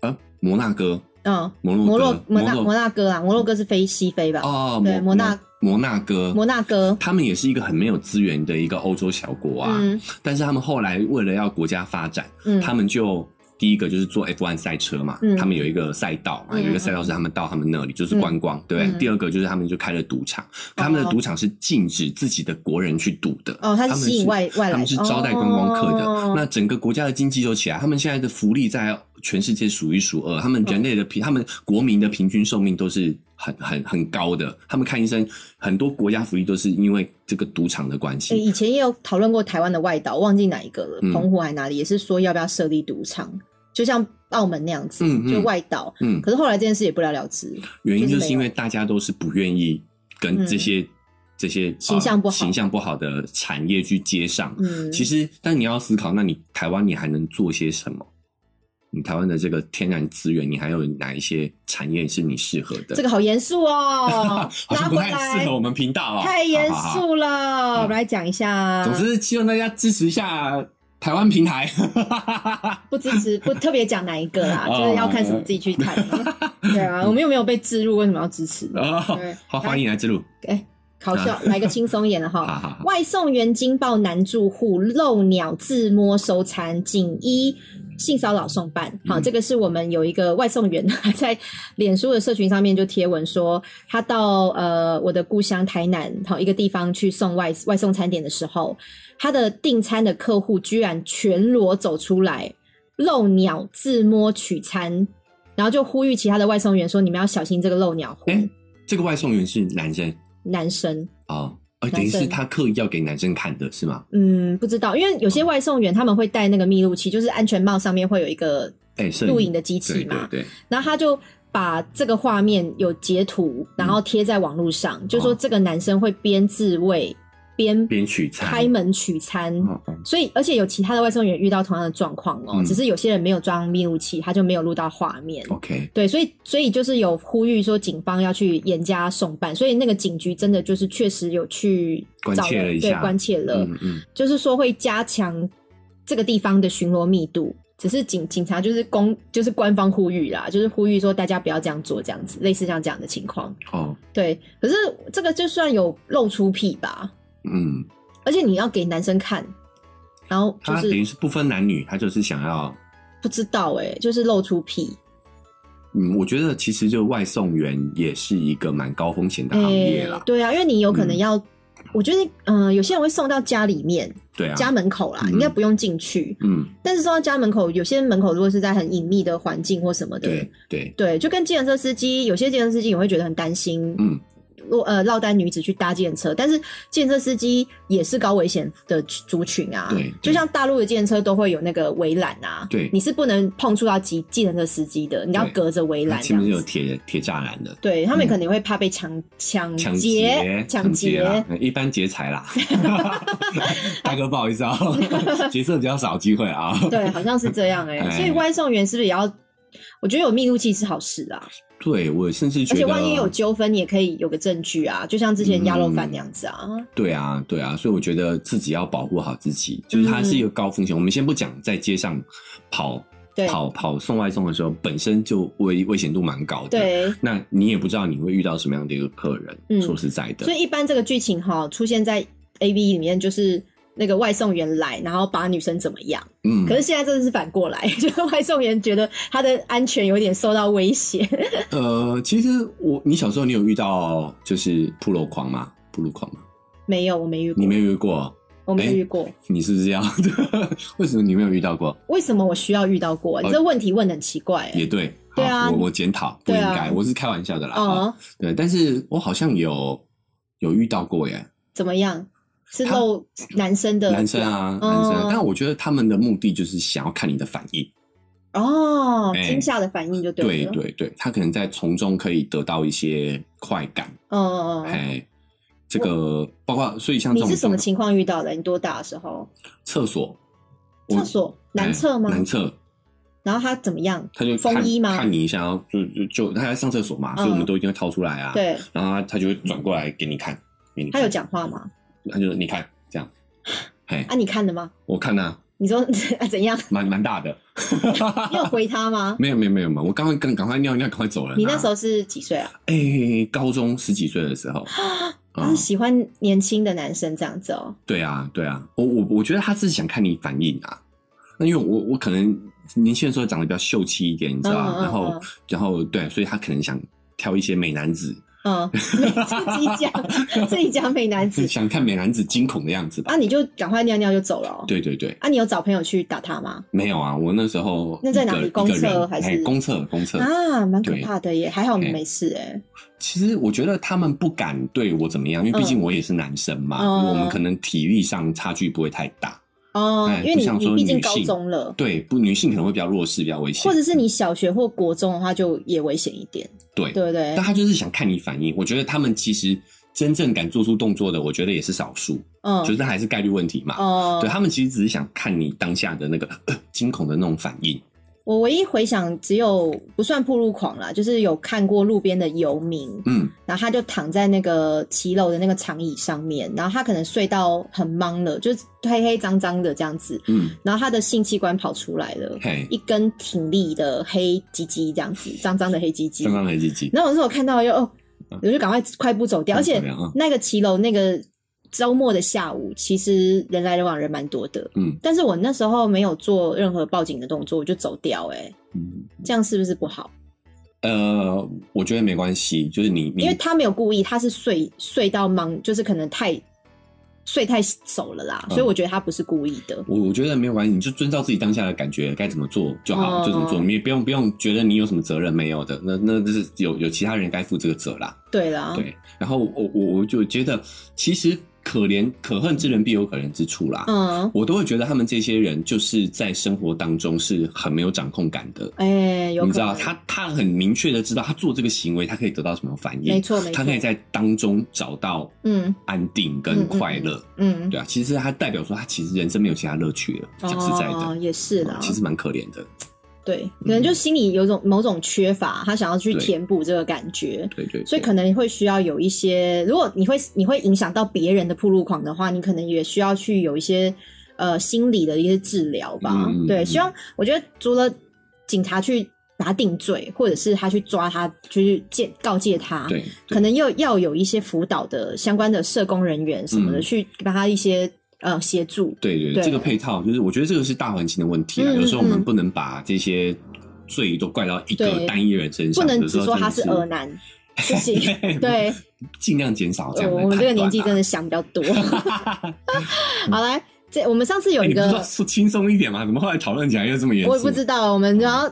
[SPEAKER 2] 啊，摩纳哥，
[SPEAKER 1] 嗯，
[SPEAKER 2] 摩洛
[SPEAKER 1] 摩
[SPEAKER 2] 哥
[SPEAKER 1] 洛，摩纳摩纳哥啊，摩洛哥是非西非吧？
[SPEAKER 2] 哦，
[SPEAKER 1] 对
[SPEAKER 2] 摩
[SPEAKER 1] 摩纳
[SPEAKER 2] 摩纳哥，
[SPEAKER 1] 摩纳哥，
[SPEAKER 2] 他们也是一个很没有资源的一个欧洲小国啊。
[SPEAKER 1] 嗯
[SPEAKER 2] 但是他们后来为了要国家发展，
[SPEAKER 1] 嗯，
[SPEAKER 2] 他们就第一个就是做 F1 赛车嘛，
[SPEAKER 1] 嗯
[SPEAKER 2] 他们有一个赛道嘛，
[SPEAKER 1] 嗯
[SPEAKER 2] 有一个赛道是他们到他们那里就是观光，对不对？
[SPEAKER 1] 嗯哦
[SPEAKER 2] 第二个就是他们就开了赌场，他们的赌场是禁止自己的国人去赌的。
[SPEAKER 1] 哦，他是
[SPEAKER 2] 们
[SPEAKER 1] 吸引外外
[SPEAKER 2] 他
[SPEAKER 1] 来
[SPEAKER 2] 们是招待观光客的，
[SPEAKER 1] 哦
[SPEAKER 2] 那整个国家的经济就起来。他们现在的福利在全世界数一数二，他
[SPEAKER 1] 嗯
[SPEAKER 2] 们人类的平，他们国民的平均寿命都是很很很高的。他们看医生，很多国家福利都是因为这个赌场的关系。
[SPEAKER 1] 诶以前也有讨论过台湾的外岛，忘记哪一个了，
[SPEAKER 2] 嗯
[SPEAKER 1] 澎湖还哪里，也是说要不要设立赌场，就像澳门那样子，
[SPEAKER 2] 嗯嗯
[SPEAKER 1] 就外岛。
[SPEAKER 2] 嗯，
[SPEAKER 1] 可是后来这件事也不了了之，
[SPEAKER 2] 原因就是因为大家都是不愿意跟这些、这些
[SPEAKER 1] 嗯形象不好
[SPEAKER 2] 呃形象不好的产业去接上。
[SPEAKER 1] 嗯，
[SPEAKER 2] 其实，但你要思考，那你台湾你还能做些什么？你台湾的这个天然资源，你还有哪一些产业是你适合的？
[SPEAKER 1] 这个好严肃哦，
[SPEAKER 2] *laughs* 好
[SPEAKER 1] 拿
[SPEAKER 2] 像
[SPEAKER 1] 回
[SPEAKER 2] 不太
[SPEAKER 1] 来
[SPEAKER 2] 适合我们频道哦，
[SPEAKER 1] 太严
[SPEAKER 2] 好。好好
[SPEAKER 1] 肃了，
[SPEAKER 2] 好
[SPEAKER 1] 我们来讲一下。
[SPEAKER 2] 总之，希望大家支持一下台湾平台。 *laughs*
[SPEAKER 1] 不支持，不特别讲哪一个啦，
[SPEAKER 2] 哦
[SPEAKER 1] 就是要看什么自己去看。对啊，我们又没有被置入，为什么要支持？
[SPEAKER 2] *laughs* 哦
[SPEAKER 1] 对，
[SPEAKER 2] 好，欢迎来之路，
[SPEAKER 1] 哎，搞笑，来个轻松一点的
[SPEAKER 2] 好
[SPEAKER 1] 哈。
[SPEAKER 2] 好好。
[SPEAKER 1] 外送员惊爆男住户漏鸟自摸收餐，锦衣性骚扰送办。好、
[SPEAKER 2] 嗯
[SPEAKER 1] 这个是我们有一个外送员在脸书的社群上面就贴文说，他到呃我的故乡台南好一个地方去送外外送餐点的时候，他的订餐的客户居然全裸走出来漏鸟自摸取餐，然后就呼吁其他的外送员说，你们要小心这个漏鸟户、
[SPEAKER 2] 哎这个外送员是男生
[SPEAKER 1] 男生。
[SPEAKER 2] 哦，呃，
[SPEAKER 1] 男生
[SPEAKER 2] 等于是他刻意要给男生看的是吗？
[SPEAKER 1] 嗯，不知道，因为有些外送员他们会戴那个密录器，就是安全帽上面会有一个
[SPEAKER 2] 哎，摄
[SPEAKER 1] 录影的机器
[SPEAKER 2] 对
[SPEAKER 1] 嘛
[SPEAKER 2] 对，对，
[SPEAKER 1] 然后他就把这个画面有截图，然
[SPEAKER 2] 嗯
[SPEAKER 1] 后贴在网络上，就说这个男生会边自慰边
[SPEAKER 2] 哦边取餐
[SPEAKER 1] 开门取餐。
[SPEAKER 2] 哦哦
[SPEAKER 1] 所以，而且有其他的外送员遇到同样的状况哦，
[SPEAKER 2] 嗯哦
[SPEAKER 1] 只是有些人没有装密录器，他就没有录到画面。
[SPEAKER 2] ，OK，
[SPEAKER 1] 对，所以所以就是有呼吁说警方要去严加送办，所以那个警局真的就是确实有去
[SPEAKER 2] 关
[SPEAKER 1] 找
[SPEAKER 2] 切了一
[SPEAKER 1] 对，
[SPEAKER 2] 下
[SPEAKER 1] 关切了。
[SPEAKER 2] 嗯嗯，
[SPEAKER 1] 就是说会加强这个地方的巡逻密度，只是警警察就是公就是官方呼吁啦，就是呼吁说大家不要这样做，这样子类似像这样的情况。
[SPEAKER 2] 哦，
[SPEAKER 1] 对，可是这个就算有露出屁吧，
[SPEAKER 2] 嗯，
[SPEAKER 1] 而且你要给男生看，然后就
[SPEAKER 2] 他等
[SPEAKER 1] 是
[SPEAKER 2] 于是不分男女，他就是想要，
[SPEAKER 1] 不知道哎、就是露出屁，
[SPEAKER 2] 嗯，我觉得其实就外送员也是一个蛮高风险的
[SPEAKER 1] 哎、
[SPEAKER 2] 行业啦，
[SPEAKER 1] 对啊，因为你有可能
[SPEAKER 2] 嗯
[SPEAKER 1] 要，我觉得嗯、呃有些人会送到家里面、
[SPEAKER 2] 对啊，
[SPEAKER 1] 家门口啦，
[SPEAKER 2] 嗯
[SPEAKER 1] 应该不用进去，
[SPEAKER 2] 嗯，
[SPEAKER 1] 但是送到家门口，有些门口如果是在很隐秘的环境或什么的，
[SPEAKER 2] 对对，
[SPEAKER 1] 对，就跟计程车司机，有些计程车司机也会觉得很担心，
[SPEAKER 2] 嗯，
[SPEAKER 1] 落呃落单女子去搭计程车，但是计程车司机也是高危险的族群啊。
[SPEAKER 2] 对对
[SPEAKER 1] 就像大陆的计程车都会有那个围栏啊，
[SPEAKER 2] 对
[SPEAKER 1] 你是不能碰触到计计程车司机的，你要
[SPEAKER 2] 对
[SPEAKER 1] 隔着围
[SPEAKER 2] 他
[SPEAKER 1] 栏这
[SPEAKER 2] 前面是
[SPEAKER 1] 样
[SPEAKER 2] 有
[SPEAKER 1] 子。
[SPEAKER 2] 铁铁栅栏的。
[SPEAKER 1] 对他们
[SPEAKER 2] 嗯
[SPEAKER 1] 可能会怕被抢抢
[SPEAKER 2] 抢
[SPEAKER 1] 嗯劫、
[SPEAKER 2] 抢
[SPEAKER 1] 劫，
[SPEAKER 2] 啦，嗯一般劫
[SPEAKER 1] *laughs*
[SPEAKER 2] 财啦，大哥不好意思啊、 *laughs* 劫色比较少机会啊。
[SPEAKER 1] 对，好像是这样哎、
[SPEAKER 2] 哎
[SPEAKER 1] 所以外送员是不是也要？我觉得有密录器是好事啊，
[SPEAKER 2] *laughs* 对我甚至
[SPEAKER 1] 而
[SPEAKER 2] 觉得，
[SPEAKER 1] 且万一有纠纷，你也可以有个证据啊，就像之前鸭肉饭那样子啊。
[SPEAKER 2] 对啊，对啊，所以我觉得自己要保护好自己，就是它是一个高风险。我们先不讲在街上跑
[SPEAKER 1] 嗯对
[SPEAKER 2] 跑跑送外送的时候，本身就危危险度蛮高的。，
[SPEAKER 1] 对，
[SPEAKER 2] 那你也不知道你会遇到什么样的一个客人。
[SPEAKER 1] 嗯
[SPEAKER 2] 说实在的
[SPEAKER 1] 所，以一般这个剧情哈出现在 A V 里面，就是那个外送员来，然后把女生怎么样。
[SPEAKER 2] 嗯
[SPEAKER 1] 可是现在真的是反过来， *laughs* 就是外送员觉得他的安全有点受到威胁。 *laughs*
[SPEAKER 2] 呃，其实我你小时候你有遇到就是铺路狂吗？铺路狂吗？
[SPEAKER 1] 没有，我没遇过
[SPEAKER 2] 你，没有遇过，
[SPEAKER 1] 我没有
[SPEAKER 2] 哎
[SPEAKER 1] 遇过。
[SPEAKER 2] 你是不是这样？啊为什么你没有遇到过？
[SPEAKER 1] 为什么我需要遇到过？你啊这问题问的很奇怪、
[SPEAKER 2] 哦也
[SPEAKER 1] 欸。
[SPEAKER 2] 对，好
[SPEAKER 1] 对啊
[SPEAKER 2] 我我检讨不应
[SPEAKER 1] 对啊
[SPEAKER 2] 该，我是开玩笑的啦。啊
[SPEAKER 1] 哦，
[SPEAKER 2] 对，但是我好像有有遇到过耶，
[SPEAKER 1] 怎么样？是
[SPEAKER 2] 他
[SPEAKER 1] 露男生的
[SPEAKER 2] 男生啊，
[SPEAKER 1] 嗯
[SPEAKER 2] 男生啊、但我觉得他们的目的就是想要看你的反应。
[SPEAKER 1] 哦，
[SPEAKER 2] 哎
[SPEAKER 1] 惊吓的反应就对
[SPEAKER 2] 对
[SPEAKER 1] 了。哦
[SPEAKER 2] 对对，他可能在从中可以得到一些快感。
[SPEAKER 1] 嗯，嗯嗯
[SPEAKER 2] 哎、这个包括，所以像这
[SPEAKER 1] 你
[SPEAKER 2] 种
[SPEAKER 1] 是什么情况遇到的？你多大的时候？
[SPEAKER 2] 厕所，我
[SPEAKER 1] 厕所男厕吗
[SPEAKER 2] 哎？男厕，
[SPEAKER 1] 然后他怎么样？
[SPEAKER 2] 他就
[SPEAKER 1] 嗯
[SPEAKER 2] 看
[SPEAKER 1] 风衣吗
[SPEAKER 2] 看你一下，然后就就就他在上厕所嘛，
[SPEAKER 1] 嗯
[SPEAKER 2] 所以我们都一定会掏出来啊。，
[SPEAKER 1] 对，
[SPEAKER 2] 然后他他就会转过来给你看，给你
[SPEAKER 1] 他
[SPEAKER 2] 看
[SPEAKER 1] 有，讲话吗？
[SPEAKER 2] 他就你看这样， *laughs* 嘿，
[SPEAKER 1] 啊，你看了吗？
[SPEAKER 2] 我看呐，
[SPEAKER 1] 你说 *laughs* 啊怎样？
[SPEAKER 2] 蛮蛮大的，
[SPEAKER 1] 你有回他
[SPEAKER 2] *laughs*
[SPEAKER 1] 吗？
[SPEAKER 2] 没有没有没有嘛，我刚刚赶赶快尿尿，赶快走了。
[SPEAKER 1] 你那时候是几岁啊？
[SPEAKER 2] 哎，高中十几岁的时候，
[SPEAKER 1] 他
[SPEAKER 2] 啊
[SPEAKER 1] 是，喜欢年轻的男生这样子哦。
[SPEAKER 2] 对啊对啊，我我我觉得他是想看你反应啊，那因为我我可能年轻的时候长得比较秀气一点，你知道
[SPEAKER 1] 嗯嗯
[SPEAKER 2] 吧，
[SPEAKER 1] 嗯
[SPEAKER 2] 然后
[SPEAKER 1] 嗯
[SPEAKER 2] 然后对，所以他可能想挑一些美男子，
[SPEAKER 1] 嗯， *laughs* 没自己讲，自己讲美男子
[SPEAKER 2] 想看美男子惊恐的样子吧。
[SPEAKER 1] 啊，你就赶快尿尿就走了、哦。
[SPEAKER 2] 对对对，
[SPEAKER 1] 啊，你有找朋友去打他吗？
[SPEAKER 2] 没有啊，我那时候
[SPEAKER 1] 那在哪里
[SPEAKER 2] 一个
[SPEAKER 1] 公厕
[SPEAKER 2] 一个人
[SPEAKER 1] 还是
[SPEAKER 2] 哎公厕？公厕。
[SPEAKER 1] 啊，蛮可
[SPEAKER 2] 对
[SPEAKER 1] 怕的耶，还好你
[SPEAKER 2] 哎
[SPEAKER 1] 没事哎。
[SPEAKER 2] 其实我觉得他们不敢对我怎么样，因为毕
[SPEAKER 1] 嗯
[SPEAKER 2] 竟我也是男生嘛，
[SPEAKER 1] 嗯
[SPEAKER 2] 我们可能体育上差距不会太大。
[SPEAKER 1] 哦，
[SPEAKER 2] 哎
[SPEAKER 1] 因为你
[SPEAKER 2] 不像
[SPEAKER 1] 你
[SPEAKER 2] 说
[SPEAKER 1] 毕竟
[SPEAKER 2] 女
[SPEAKER 1] 高
[SPEAKER 2] 性
[SPEAKER 1] 中了，
[SPEAKER 2] 对，不，女性可能会比较弱势，比较危险。
[SPEAKER 1] 或者是你小学或国中的话，就也危险一点，
[SPEAKER 2] 对，
[SPEAKER 1] 对不对
[SPEAKER 2] 但？他就是想看你反应。我觉得他们其实真正敢做出动作的，我觉得也是少数，
[SPEAKER 1] 嗯
[SPEAKER 2] 就是还是概率问题嘛。
[SPEAKER 1] 哦
[SPEAKER 2] 对，他们其实只是想看你当下的那个呃惊恐的那种反应。
[SPEAKER 1] 我唯一回想只有不算铺路狂啦，就是有看过路边的游民，
[SPEAKER 2] 嗯，
[SPEAKER 1] 然后他就躺在那个骑楼的那个长椅上面，然后他可能睡到很懵了，就是黑黑脏脏的这样子，
[SPEAKER 2] 嗯，
[SPEAKER 1] 然后他的性器官跑出来了，
[SPEAKER 2] 嘿，
[SPEAKER 1] 一根挺立的黑鸡鸡这样子，脏脏的黑鸡鸡
[SPEAKER 2] 刚。刚的自己，
[SPEAKER 1] 然后我那时候看到就哦
[SPEAKER 2] 嗯，
[SPEAKER 1] 我就赶快快步走掉，而且
[SPEAKER 2] 嗯怎么样啊
[SPEAKER 1] 那个骑楼那个周末的下午，其实人来人往，人蛮多的。
[SPEAKER 2] 嗯
[SPEAKER 1] 但是我那时候没有做任何报警的动作，我就走掉、欸，哎，
[SPEAKER 2] 嗯，
[SPEAKER 1] 这样是不是不好？
[SPEAKER 2] 呃，我觉得没关系，就是你你
[SPEAKER 1] 因为他没有故意，他是睡睡到忙，就是可能太睡太熟了啦，
[SPEAKER 2] 嗯
[SPEAKER 1] 所以我觉得他不是故意的。
[SPEAKER 2] 我我觉得没有关系，你就遵照自己当下的感觉，该怎么做就好，
[SPEAKER 1] 哦
[SPEAKER 2] 就怎么做，你也不用不用觉得你有什么责任没有的，那那就是有有其他人该负这个责啦。
[SPEAKER 1] 对啦，
[SPEAKER 2] 对，然后我我我就觉得，其实可怜可恨之人必有可怜之处啦。
[SPEAKER 1] 嗯，
[SPEAKER 2] 我都会觉得他们这些人就是在生活当中是很没有掌控感的，
[SPEAKER 1] 哎、有
[SPEAKER 2] 你
[SPEAKER 1] 可
[SPEAKER 2] 知道，
[SPEAKER 1] 能，
[SPEAKER 2] 他他很明确的知道他做这个行为，他可以得到什么反
[SPEAKER 1] 没
[SPEAKER 2] 应，
[SPEAKER 1] 错没错
[SPEAKER 2] 他可，以在当中找到
[SPEAKER 1] 嗯
[SPEAKER 2] 安定跟快乐。
[SPEAKER 1] 嗯，
[SPEAKER 2] 对啊，其实他代表说他其实人生没有其他乐趣了。讲实在的，
[SPEAKER 1] 哦，也是啦，
[SPEAKER 2] 其实蛮可怜的。
[SPEAKER 1] 对，可能就心里有种某种缺乏，他想要去
[SPEAKER 2] 对
[SPEAKER 1] 填补这个感觉。
[SPEAKER 2] 对对
[SPEAKER 1] 所以可能会需要有一些，如果你会你会影响到别人的铺路狂的话，你可能也需要去有一些呃心理的一些治疗吧。
[SPEAKER 2] 嗯嗯
[SPEAKER 1] 对，
[SPEAKER 2] 嗯
[SPEAKER 1] 希望我觉得除了警察去把他定罪，或者是他去抓他，去戒告诫他，
[SPEAKER 2] 对，对
[SPEAKER 1] 啊可能又要有一些辅导的相关的社工人员什么的、
[SPEAKER 2] 嗯
[SPEAKER 1] 去帮他一些呃协助。
[SPEAKER 2] 对对，
[SPEAKER 1] 对
[SPEAKER 2] 这个配套就是我觉得这个是大环境的问题啦。
[SPEAKER 1] 嗯
[SPEAKER 2] 有时候我
[SPEAKER 1] 嗯
[SPEAKER 2] 们
[SPEAKER 1] 嗯
[SPEAKER 2] 不能把这些罪都怪到一
[SPEAKER 1] 对
[SPEAKER 2] 个单一人身
[SPEAKER 1] 不
[SPEAKER 2] 上，
[SPEAKER 1] 能
[SPEAKER 2] 有时
[SPEAKER 1] 只
[SPEAKER 2] 候
[SPEAKER 1] 说
[SPEAKER 2] 真的
[SPEAKER 1] 他是恶男，
[SPEAKER 2] *laughs*
[SPEAKER 1] 不行
[SPEAKER 2] 对， *laughs*
[SPEAKER 1] 对，哦
[SPEAKER 2] 尽量减少这样的、啊
[SPEAKER 1] 我们这个年纪真的。想比较多。 *laughs* 好来，这我们上次有
[SPEAKER 2] 哎
[SPEAKER 1] 一
[SPEAKER 2] 你不
[SPEAKER 1] 个，
[SPEAKER 2] 是说轻松一点吗？怎么后来讨论起来又这么严肃？
[SPEAKER 1] 我也不知道，我们然后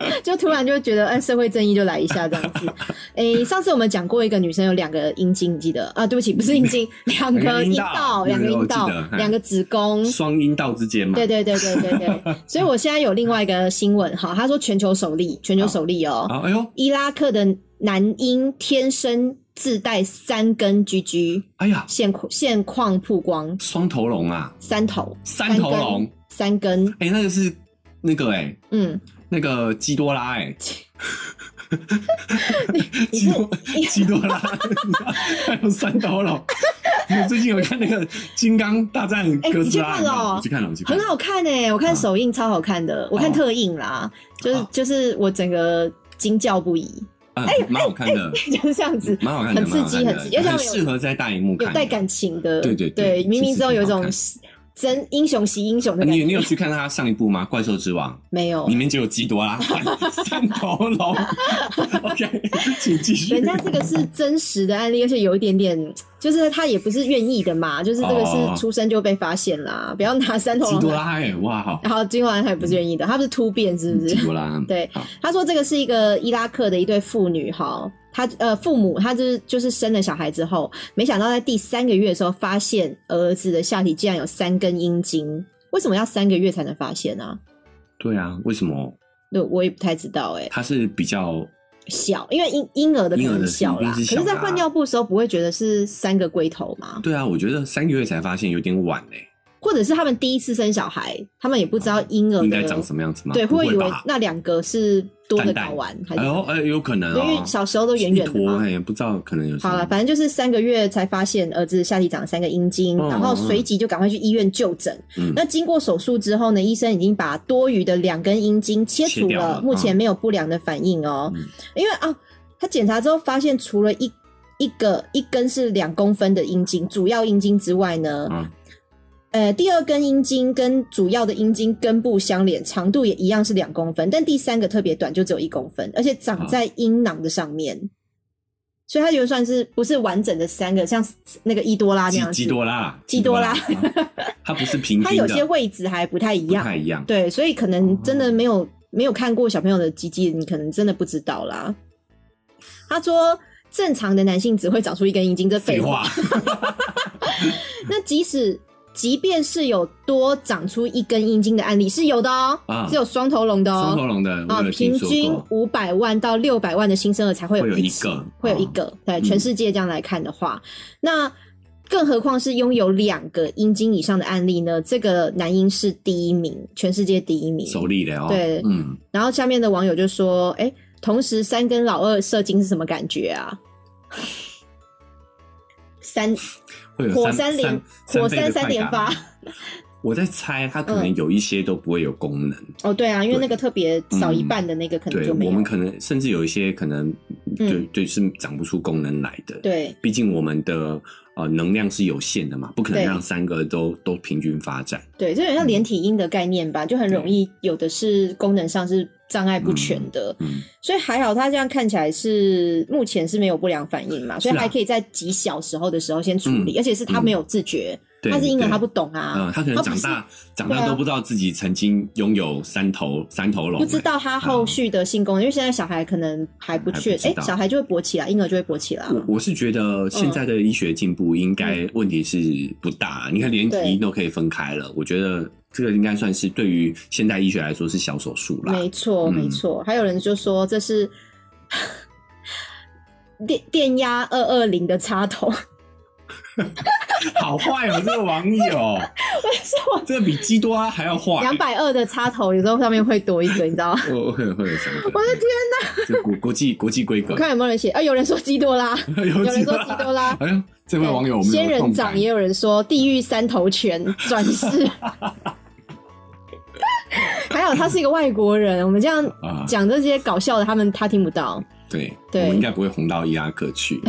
[SPEAKER 2] 嗯
[SPEAKER 1] *laughs* 就突然就觉得，哎、社会正义就来一下这样
[SPEAKER 2] *laughs*
[SPEAKER 1] 子。哎、上次我们讲过一个女生有两个阴茎，你记得啊？对不起，不是阴
[SPEAKER 2] *laughs*
[SPEAKER 1] 茎，两个阴道，两
[SPEAKER 2] 两
[SPEAKER 1] 个
[SPEAKER 2] 个
[SPEAKER 1] 阴
[SPEAKER 2] 阴道
[SPEAKER 1] 道
[SPEAKER 2] 对对我记得，哎
[SPEAKER 1] 两个子宫。
[SPEAKER 2] 双阴道之间嘛。
[SPEAKER 1] 对对对对对
[SPEAKER 2] *laughs*
[SPEAKER 1] 对，所以我现在有另外一个新闻，哈，他说全球首例，全球首例哦、
[SPEAKER 2] 啊，哎呦，
[SPEAKER 1] 伊拉克的男婴天生自带三根 GG，
[SPEAKER 2] 哎呀，
[SPEAKER 1] 现现况曝光
[SPEAKER 2] 双头龙啊，
[SPEAKER 1] 三头
[SPEAKER 2] 三头龙，
[SPEAKER 1] 三根，三根
[SPEAKER 2] 哎、那个是那个哎、 *laughs*
[SPEAKER 1] 嗯，
[SPEAKER 2] 那个基多拉哎、 *laughs*
[SPEAKER 1] 你
[SPEAKER 2] 基
[SPEAKER 1] 是
[SPEAKER 2] 多
[SPEAKER 1] 你
[SPEAKER 2] 基多拉，还有三头龙。我最近有看那个《金刚大战
[SPEAKER 1] 哎
[SPEAKER 2] 哥斯拉》
[SPEAKER 1] 你去看了哦
[SPEAKER 2] 我去看了，我去看
[SPEAKER 1] 很
[SPEAKER 2] 了。
[SPEAKER 1] 好看哎、我看首映超好看的，我看特映啦，就是、
[SPEAKER 2] 哦
[SPEAKER 1] 就是我整个惊叫不已， *laughs*
[SPEAKER 2] 嗯，蛮好看的，
[SPEAKER 1] 就是这样子，
[SPEAKER 2] 蛮好看的，
[SPEAKER 1] 哎很刺激
[SPEAKER 2] 蛮好看的
[SPEAKER 1] 很刺激而且
[SPEAKER 2] 很适合在大荧幕
[SPEAKER 1] 有
[SPEAKER 2] 看的。
[SPEAKER 1] 带感情的，
[SPEAKER 2] 对对
[SPEAKER 1] 对
[SPEAKER 2] 对，
[SPEAKER 1] 明明知道有一种
[SPEAKER 2] 其
[SPEAKER 1] 真英雄惜英雄的
[SPEAKER 2] 啊
[SPEAKER 1] 感
[SPEAKER 2] 你
[SPEAKER 1] 觉，哦
[SPEAKER 2] 你有去看他上一部吗？《怪兽之王
[SPEAKER 1] 没》有
[SPEAKER 2] 里。面就有基多拉 *laughs* 三头龙。OK，请继续。
[SPEAKER 1] 人家这个是真实的案例，而且有一点点，就是他也不是愿意的嘛，就是这个
[SPEAKER 2] 哦
[SPEAKER 1] 是出生就被发现啦，不要拿三头
[SPEAKER 2] 基
[SPEAKER 1] 龙
[SPEAKER 2] 多
[SPEAKER 1] 来。
[SPEAKER 2] 拉哎，哇，好，
[SPEAKER 1] *laughs* 然后今晚还不是愿意的，他不是突变哦是不是
[SPEAKER 2] 基？多拉嗯
[SPEAKER 1] 对
[SPEAKER 2] 好
[SPEAKER 1] 他说这个是一个伊拉克的一对妇女哈，她呃父母她就是就是生了小孩之后，没想到在第三个月的时候发现儿子的下体竟然有三根阴茎，为什么要三个月才能发现呢、啊？
[SPEAKER 2] 对啊，为什么
[SPEAKER 1] 对，我也不太知道哎、
[SPEAKER 2] 他是比较
[SPEAKER 1] 小，因为婴婴儿的可
[SPEAKER 2] 婴儿
[SPEAKER 1] 能
[SPEAKER 2] 的
[SPEAKER 1] 小啦，
[SPEAKER 2] 一定是
[SPEAKER 1] 可是，
[SPEAKER 2] 小的
[SPEAKER 1] 在
[SPEAKER 2] 啊
[SPEAKER 1] 换尿布的时候不会觉得是三个龟头吗？
[SPEAKER 2] 对啊，我觉得三个月才发现有点晚欸嘞、
[SPEAKER 1] 或者是他们第一次生小孩，他们也不知道婴儿
[SPEAKER 2] 啊应该
[SPEAKER 1] 的
[SPEAKER 2] 长什么样子吗？
[SPEAKER 1] 对，
[SPEAKER 2] 不
[SPEAKER 1] 会
[SPEAKER 2] 会
[SPEAKER 1] 以为
[SPEAKER 2] 吧？
[SPEAKER 1] 那两个是多个
[SPEAKER 2] 蛋蛋
[SPEAKER 1] 睾丸还是
[SPEAKER 2] 哎
[SPEAKER 1] 什
[SPEAKER 2] 呦
[SPEAKER 1] 么？
[SPEAKER 2] 哎，有可能
[SPEAKER 1] 因
[SPEAKER 2] 哦、
[SPEAKER 1] 为小时候都圆圆
[SPEAKER 2] 一
[SPEAKER 1] 的
[SPEAKER 2] 坨
[SPEAKER 1] 嘛。
[SPEAKER 2] 哎，不知道可能有什么
[SPEAKER 1] 好了，反正就是三个月才发现儿子下体长了三个阴茎，
[SPEAKER 2] 嗯
[SPEAKER 1] 然后随即就赶快去医院就诊。
[SPEAKER 2] 嗯
[SPEAKER 1] 那经过手术之后呢，医生已经把多余的两根阴茎切除
[SPEAKER 2] 切掉
[SPEAKER 1] 了，
[SPEAKER 2] 了
[SPEAKER 1] 目前没有不良的反应哦、
[SPEAKER 2] 嗯
[SPEAKER 1] 因为啊，他检查之后发现，除了一一个一根是两公分的阴茎，主要阴茎之外呢，
[SPEAKER 2] 嗯
[SPEAKER 1] 呃，第二根阴茎跟主要的阴茎根部相连，长度也一样是两公分，但第三个特别短，就只有一公分，而且
[SPEAKER 2] 嗯
[SPEAKER 1] 长在阴囊的上面，所以它就算是不是完整的三个，像那个伊多拉那
[SPEAKER 2] 基
[SPEAKER 1] 样
[SPEAKER 2] 基
[SPEAKER 1] 子，
[SPEAKER 2] 多拉，
[SPEAKER 1] 基多拉
[SPEAKER 2] 基多拉，啊 *laughs* 它不是平均的，
[SPEAKER 1] 它有些位置还不太一
[SPEAKER 2] 不
[SPEAKER 1] 样，
[SPEAKER 2] 太一嗯样。
[SPEAKER 1] 对，所以可能真的没有、没有看过小朋友的鸡鸡，你可能真的不知道啦。他说，正常的男性只会长出一根阴茎，这
[SPEAKER 2] 废
[SPEAKER 1] 废话。
[SPEAKER 2] 话，
[SPEAKER 1] 那即使即便是有多长出一根阴茎的案例是有的哦、
[SPEAKER 2] 啊
[SPEAKER 1] 是有双头龙的
[SPEAKER 2] 双
[SPEAKER 1] 哦、
[SPEAKER 2] 头龙的我
[SPEAKER 1] 啊，
[SPEAKER 2] 有
[SPEAKER 1] 平
[SPEAKER 2] 听说
[SPEAKER 1] 均
[SPEAKER 2] 过，
[SPEAKER 1] 五百万到六百万的新生儿才会有
[SPEAKER 2] 会有
[SPEAKER 1] 一
[SPEAKER 2] 一
[SPEAKER 1] 起
[SPEAKER 2] 个
[SPEAKER 1] 会有一
[SPEAKER 2] 啊
[SPEAKER 1] 个。对，
[SPEAKER 2] 嗯
[SPEAKER 1] 全世界这样来看的话，那更何况是拥有两个阴茎以上的案例呢？这个男婴是第一名，全世界第一名。
[SPEAKER 2] 手力的哦，
[SPEAKER 1] 对
[SPEAKER 2] 嗯，
[SPEAKER 1] 然后下面的网友就说：“哎，同时三跟老二射精是什么感觉啊？”三
[SPEAKER 2] 会有
[SPEAKER 1] 火
[SPEAKER 2] 三
[SPEAKER 1] 三连
[SPEAKER 2] 三
[SPEAKER 1] 火
[SPEAKER 2] 倍的
[SPEAKER 1] 山三
[SPEAKER 2] 快
[SPEAKER 1] 连
[SPEAKER 2] 感
[SPEAKER 1] 发。
[SPEAKER 2] *laughs*
[SPEAKER 1] 嗯
[SPEAKER 2] 我在猜，它可能有一些都不会有功能，
[SPEAKER 1] 哦，对啊，因为
[SPEAKER 2] 对嗯
[SPEAKER 1] 那个特别少一半的那个可能
[SPEAKER 2] 对
[SPEAKER 1] 就没
[SPEAKER 2] 我
[SPEAKER 1] 有。
[SPEAKER 2] 们可能甚至有一些可能
[SPEAKER 1] 嗯
[SPEAKER 2] 对对是长不出功能来的，
[SPEAKER 1] 对
[SPEAKER 2] 毕竟我们的呃能量是有限的嘛，不可能
[SPEAKER 1] 对
[SPEAKER 2] 让三个都都平均发展。
[SPEAKER 1] 对，就有点像
[SPEAKER 2] 嗯
[SPEAKER 1] 连体婴的概念吧，就很容易有的是功能上是障碍不全的，
[SPEAKER 2] 嗯，
[SPEAKER 1] 所以还好他这样看起来是目前是没有不良反应嘛，所以
[SPEAKER 2] 是啊嗯
[SPEAKER 1] 还可以在极小时候的时候先处理，而且是他没有自觉，
[SPEAKER 2] 对，
[SPEAKER 1] 他是因为
[SPEAKER 2] 对
[SPEAKER 1] 他不。懂
[SPEAKER 2] 嗯、
[SPEAKER 1] 啊，
[SPEAKER 2] 他可能
[SPEAKER 1] 他不
[SPEAKER 2] 长
[SPEAKER 1] 是
[SPEAKER 2] 大长
[SPEAKER 1] 对
[SPEAKER 2] 大
[SPEAKER 1] 啊
[SPEAKER 2] 都不知道自己曾经拥有三头三头龙，
[SPEAKER 1] 不知道他后续的性功能，因为现在小孩可能还不确，
[SPEAKER 2] 啊还不知
[SPEAKER 1] 哎，
[SPEAKER 2] 道
[SPEAKER 1] 小孩就会勃起啦，婴儿就会勃起啦。
[SPEAKER 2] 我我是觉得现在的医学进步应该问题是不大，你看连
[SPEAKER 1] 对
[SPEAKER 2] 题都可以分开了，我觉得这个应该算是对于现代医学来说是小手术啦。
[SPEAKER 1] 没错，
[SPEAKER 2] 嗯
[SPEAKER 1] 没错。还有人就说这是 *laughs* 电电压二二零的插头， *laughs*
[SPEAKER 2] 好坏哦，这个网
[SPEAKER 1] *laughs*
[SPEAKER 2] 友，这个比基多拉还要坏。
[SPEAKER 1] 两百二的插头有时候上面会多一个，你知道吗？ *laughs*
[SPEAKER 2] 我，我会有会有三个。我的天哪！这国国际国际规格
[SPEAKER 1] 我，看有没有人写啊？有人说基多拉，
[SPEAKER 2] *laughs* 有
[SPEAKER 1] 有人
[SPEAKER 2] 基
[SPEAKER 1] 说
[SPEAKER 2] 多
[SPEAKER 1] 基
[SPEAKER 2] 拉
[SPEAKER 1] 多拉。
[SPEAKER 2] *laughs* 哎呦，这位网友我们
[SPEAKER 1] 仙
[SPEAKER 2] 有
[SPEAKER 1] 人
[SPEAKER 2] 动
[SPEAKER 1] 掌
[SPEAKER 2] 感
[SPEAKER 1] 也有人说地狱三头拳转世， *laughs* 还有他是一个外国人，我们这样
[SPEAKER 2] 啊，
[SPEAKER 1] 讲这些搞笑的，他们他听不到。
[SPEAKER 2] 对，
[SPEAKER 1] 对
[SPEAKER 2] 我们应该不会红到伊拉克
[SPEAKER 1] *laughs*
[SPEAKER 2] 去。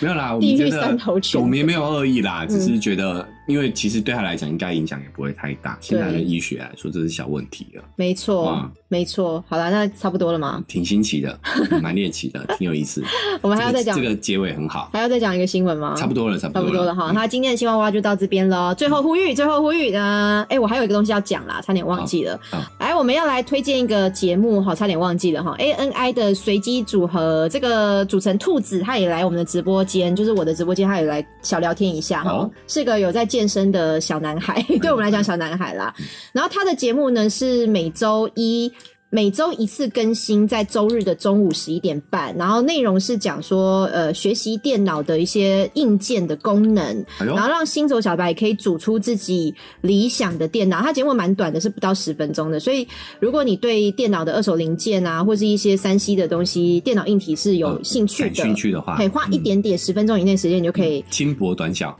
[SPEAKER 2] 没有啦，我
[SPEAKER 1] 地
[SPEAKER 2] 们
[SPEAKER 1] 狱
[SPEAKER 2] 觉
[SPEAKER 1] 三
[SPEAKER 2] 得
[SPEAKER 1] 头犬嗯
[SPEAKER 2] 我们也没有恶意啦，只是觉得，因为其实对他来讲，应该影响也不会太大。现在的医学来说，这是小问题了，
[SPEAKER 1] 没错
[SPEAKER 2] 哇，
[SPEAKER 1] 没错。好了，那差不多了嘛，
[SPEAKER 2] 挺新奇
[SPEAKER 1] *laughs*
[SPEAKER 2] 的，蛮猎奇的，挺有意思。
[SPEAKER 1] 我们还要再讲
[SPEAKER 2] 这个这个结尾很好，
[SPEAKER 1] 还要再讲一个新闻吗？
[SPEAKER 2] 差不多了，差嗯
[SPEAKER 1] 差
[SPEAKER 2] 不
[SPEAKER 1] 不多
[SPEAKER 2] 多
[SPEAKER 1] 了哈，那今天的新蛙蛙就到这边了。最后呼吁，最后呼吁，嗯、呃，哎、我还有一个东西要讲啦，差点忘记了。
[SPEAKER 2] 好好
[SPEAKER 1] 哎，我们要来推荐一个节目，好，差点忘记了哈。A N I 的随机组合，这个主持人兔子他也来我们的直播间，就是我的直播间，他也来小聊天一下哈。
[SPEAKER 2] 哦
[SPEAKER 1] 是个有在健身的小男孩， *laughs* 对我们来讲小男孩啦。然后他的节目呢是每周一。每周一次更新，在周日的中午十一点半，然后内容是讲说，呃，学习电脑的一些硬件的功能，
[SPEAKER 2] 哎呦
[SPEAKER 1] 然，后让新手小白也可以组出自己理想的电脑。它节目蛮短的，是不到十分钟的，所以如果你对电脑的二手零件啊，或是一些三 C 的东西、电脑硬体是有
[SPEAKER 2] 嗯
[SPEAKER 1] 兴趣
[SPEAKER 2] 感
[SPEAKER 1] 的，
[SPEAKER 2] 兴趣的话，
[SPEAKER 1] 可以花一点点十分钟以内时间，你就可以
[SPEAKER 2] 嗯轻薄短小，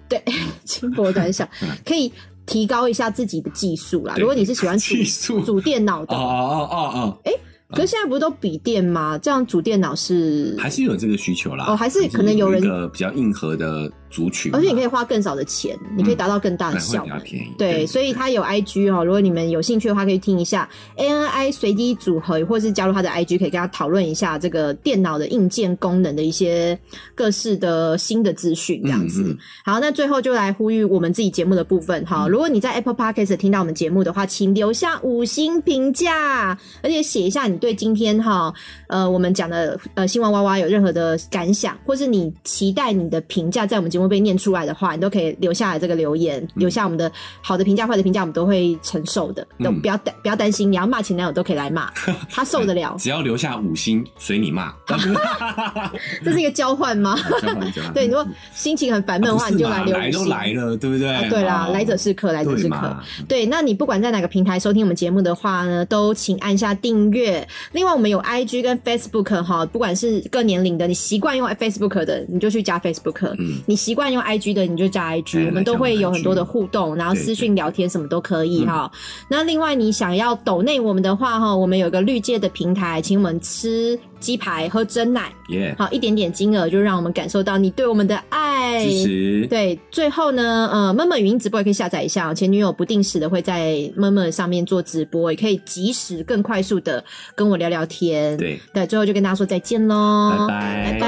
[SPEAKER 1] 轻薄短小
[SPEAKER 2] *laughs* 嗯，
[SPEAKER 1] 可以提高一下自己的技术啦。
[SPEAKER 2] 对
[SPEAKER 1] 如果你是喜欢
[SPEAKER 2] 技术
[SPEAKER 1] 组组电脑
[SPEAKER 2] 哦
[SPEAKER 1] 的，
[SPEAKER 2] 哦哦哦，
[SPEAKER 1] 可是现在不是都笔电吗？这样组电脑是，
[SPEAKER 2] 还是有这个需求啦。
[SPEAKER 1] 哦还是可能有
[SPEAKER 2] 有
[SPEAKER 1] 人
[SPEAKER 2] 一个比较硬核的族群嘛，
[SPEAKER 1] 而且你可以花更少的钱，你可以达到更大
[SPEAKER 2] 哎
[SPEAKER 1] 的
[SPEAKER 2] 会
[SPEAKER 1] 效
[SPEAKER 2] 比较
[SPEAKER 1] 能。
[SPEAKER 2] 便宜。
[SPEAKER 1] 对，所以他有 IG 哦，如果你们有兴趣的话，可以听一下 ANI 随机组合，或是加入他的 IG，可以跟他讨论一下这个电脑的硬件功能的一些各式的新的资讯，这样子。
[SPEAKER 2] 嗯嗯
[SPEAKER 1] 好，那最后就来呼吁我们自己节目的部分哈。如果你在 Apple Podcast 听到我们节目的话，请留下五星评价，而且写一下你对今天哈呃我们讲的呃新闻娃娃有任何的感想，或是你期待你的评价在我们节目会被念出来的话，你都可以留下来这个留言，留下我们的好的评价、坏的评价，我们都会承受的。都
[SPEAKER 2] 嗯嗯
[SPEAKER 1] 不要担不要担心，你要骂前男友都可以来
[SPEAKER 2] *laughs*
[SPEAKER 1] 骂，他受得了。
[SPEAKER 2] 只要留下五星，随你
[SPEAKER 1] *laughs*
[SPEAKER 2] 骂。
[SPEAKER 1] 这是一个交换吗？
[SPEAKER 2] 交换交换
[SPEAKER 1] 对，如果心情很烦闷的话，
[SPEAKER 2] 啊
[SPEAKER 1] 你
[SPEAKER 2] 不是
[SPEAKER 1] 就
[SPEAKER 2] 嘛
[SPEAKER 1] 来留
[SPEAKER 2] 来
[SPEAKER 1] 五
[SPEAKER 2] 都
[SPEAKER 1] 星
[SPEAKER 2] 来了，对不对？
[SPEAKER 1] 啊，对啦，
[SPEAKER 2] 哦
[SPEAKER 1] 来者是客，来者
[SPEAKER 2] 对
[SPEAKER 1] 是客。
[SPEAKER 2] 嘛？
[SPEAKER 1] 对，那你不管在哪个平台收听我们节目的话呢，都请按下订阅。另外，我们有 IG 跟 Facebook 哈，不管是各年龄的，你习惯用 Facebook 的，你就去加 Facebook；、
[SPEAKER 2] 嗯
[SPEAKER 1] 你习惯用 IG 的，你就加 IG、
[SPEAKER 2] 哎
[SPEAKER 1] 我们都会有很多的互动，然后
[SPEAKER 2] 对嗯
[SPEAKER 1] 私讯聊天什么都可以哈。那另外，你想要抖内我们的话哈，我们有个绿界的平台，请我们吃鸡排、喝真奶，
[SPEAKER 2] 耶，
[SPEAKER 1] 好一点点金额就让我们感受到你对我们的爱。
[SPEAKER 2] 支持。
[SPEAKER 1] 对，最后呢，呃，闷闷语音直播也可以下载一下、哦，前女友不定时的会在闷闷上面做直播，也可以及时、更快速的跟我聊聊天。
[SPEAKER 2] 对，
[SPEAKER 1] 对，最后就跟大家说再见喽，
[SPEAKER 2] 拜拜
[SPEAKER 1] 嗯拜拜。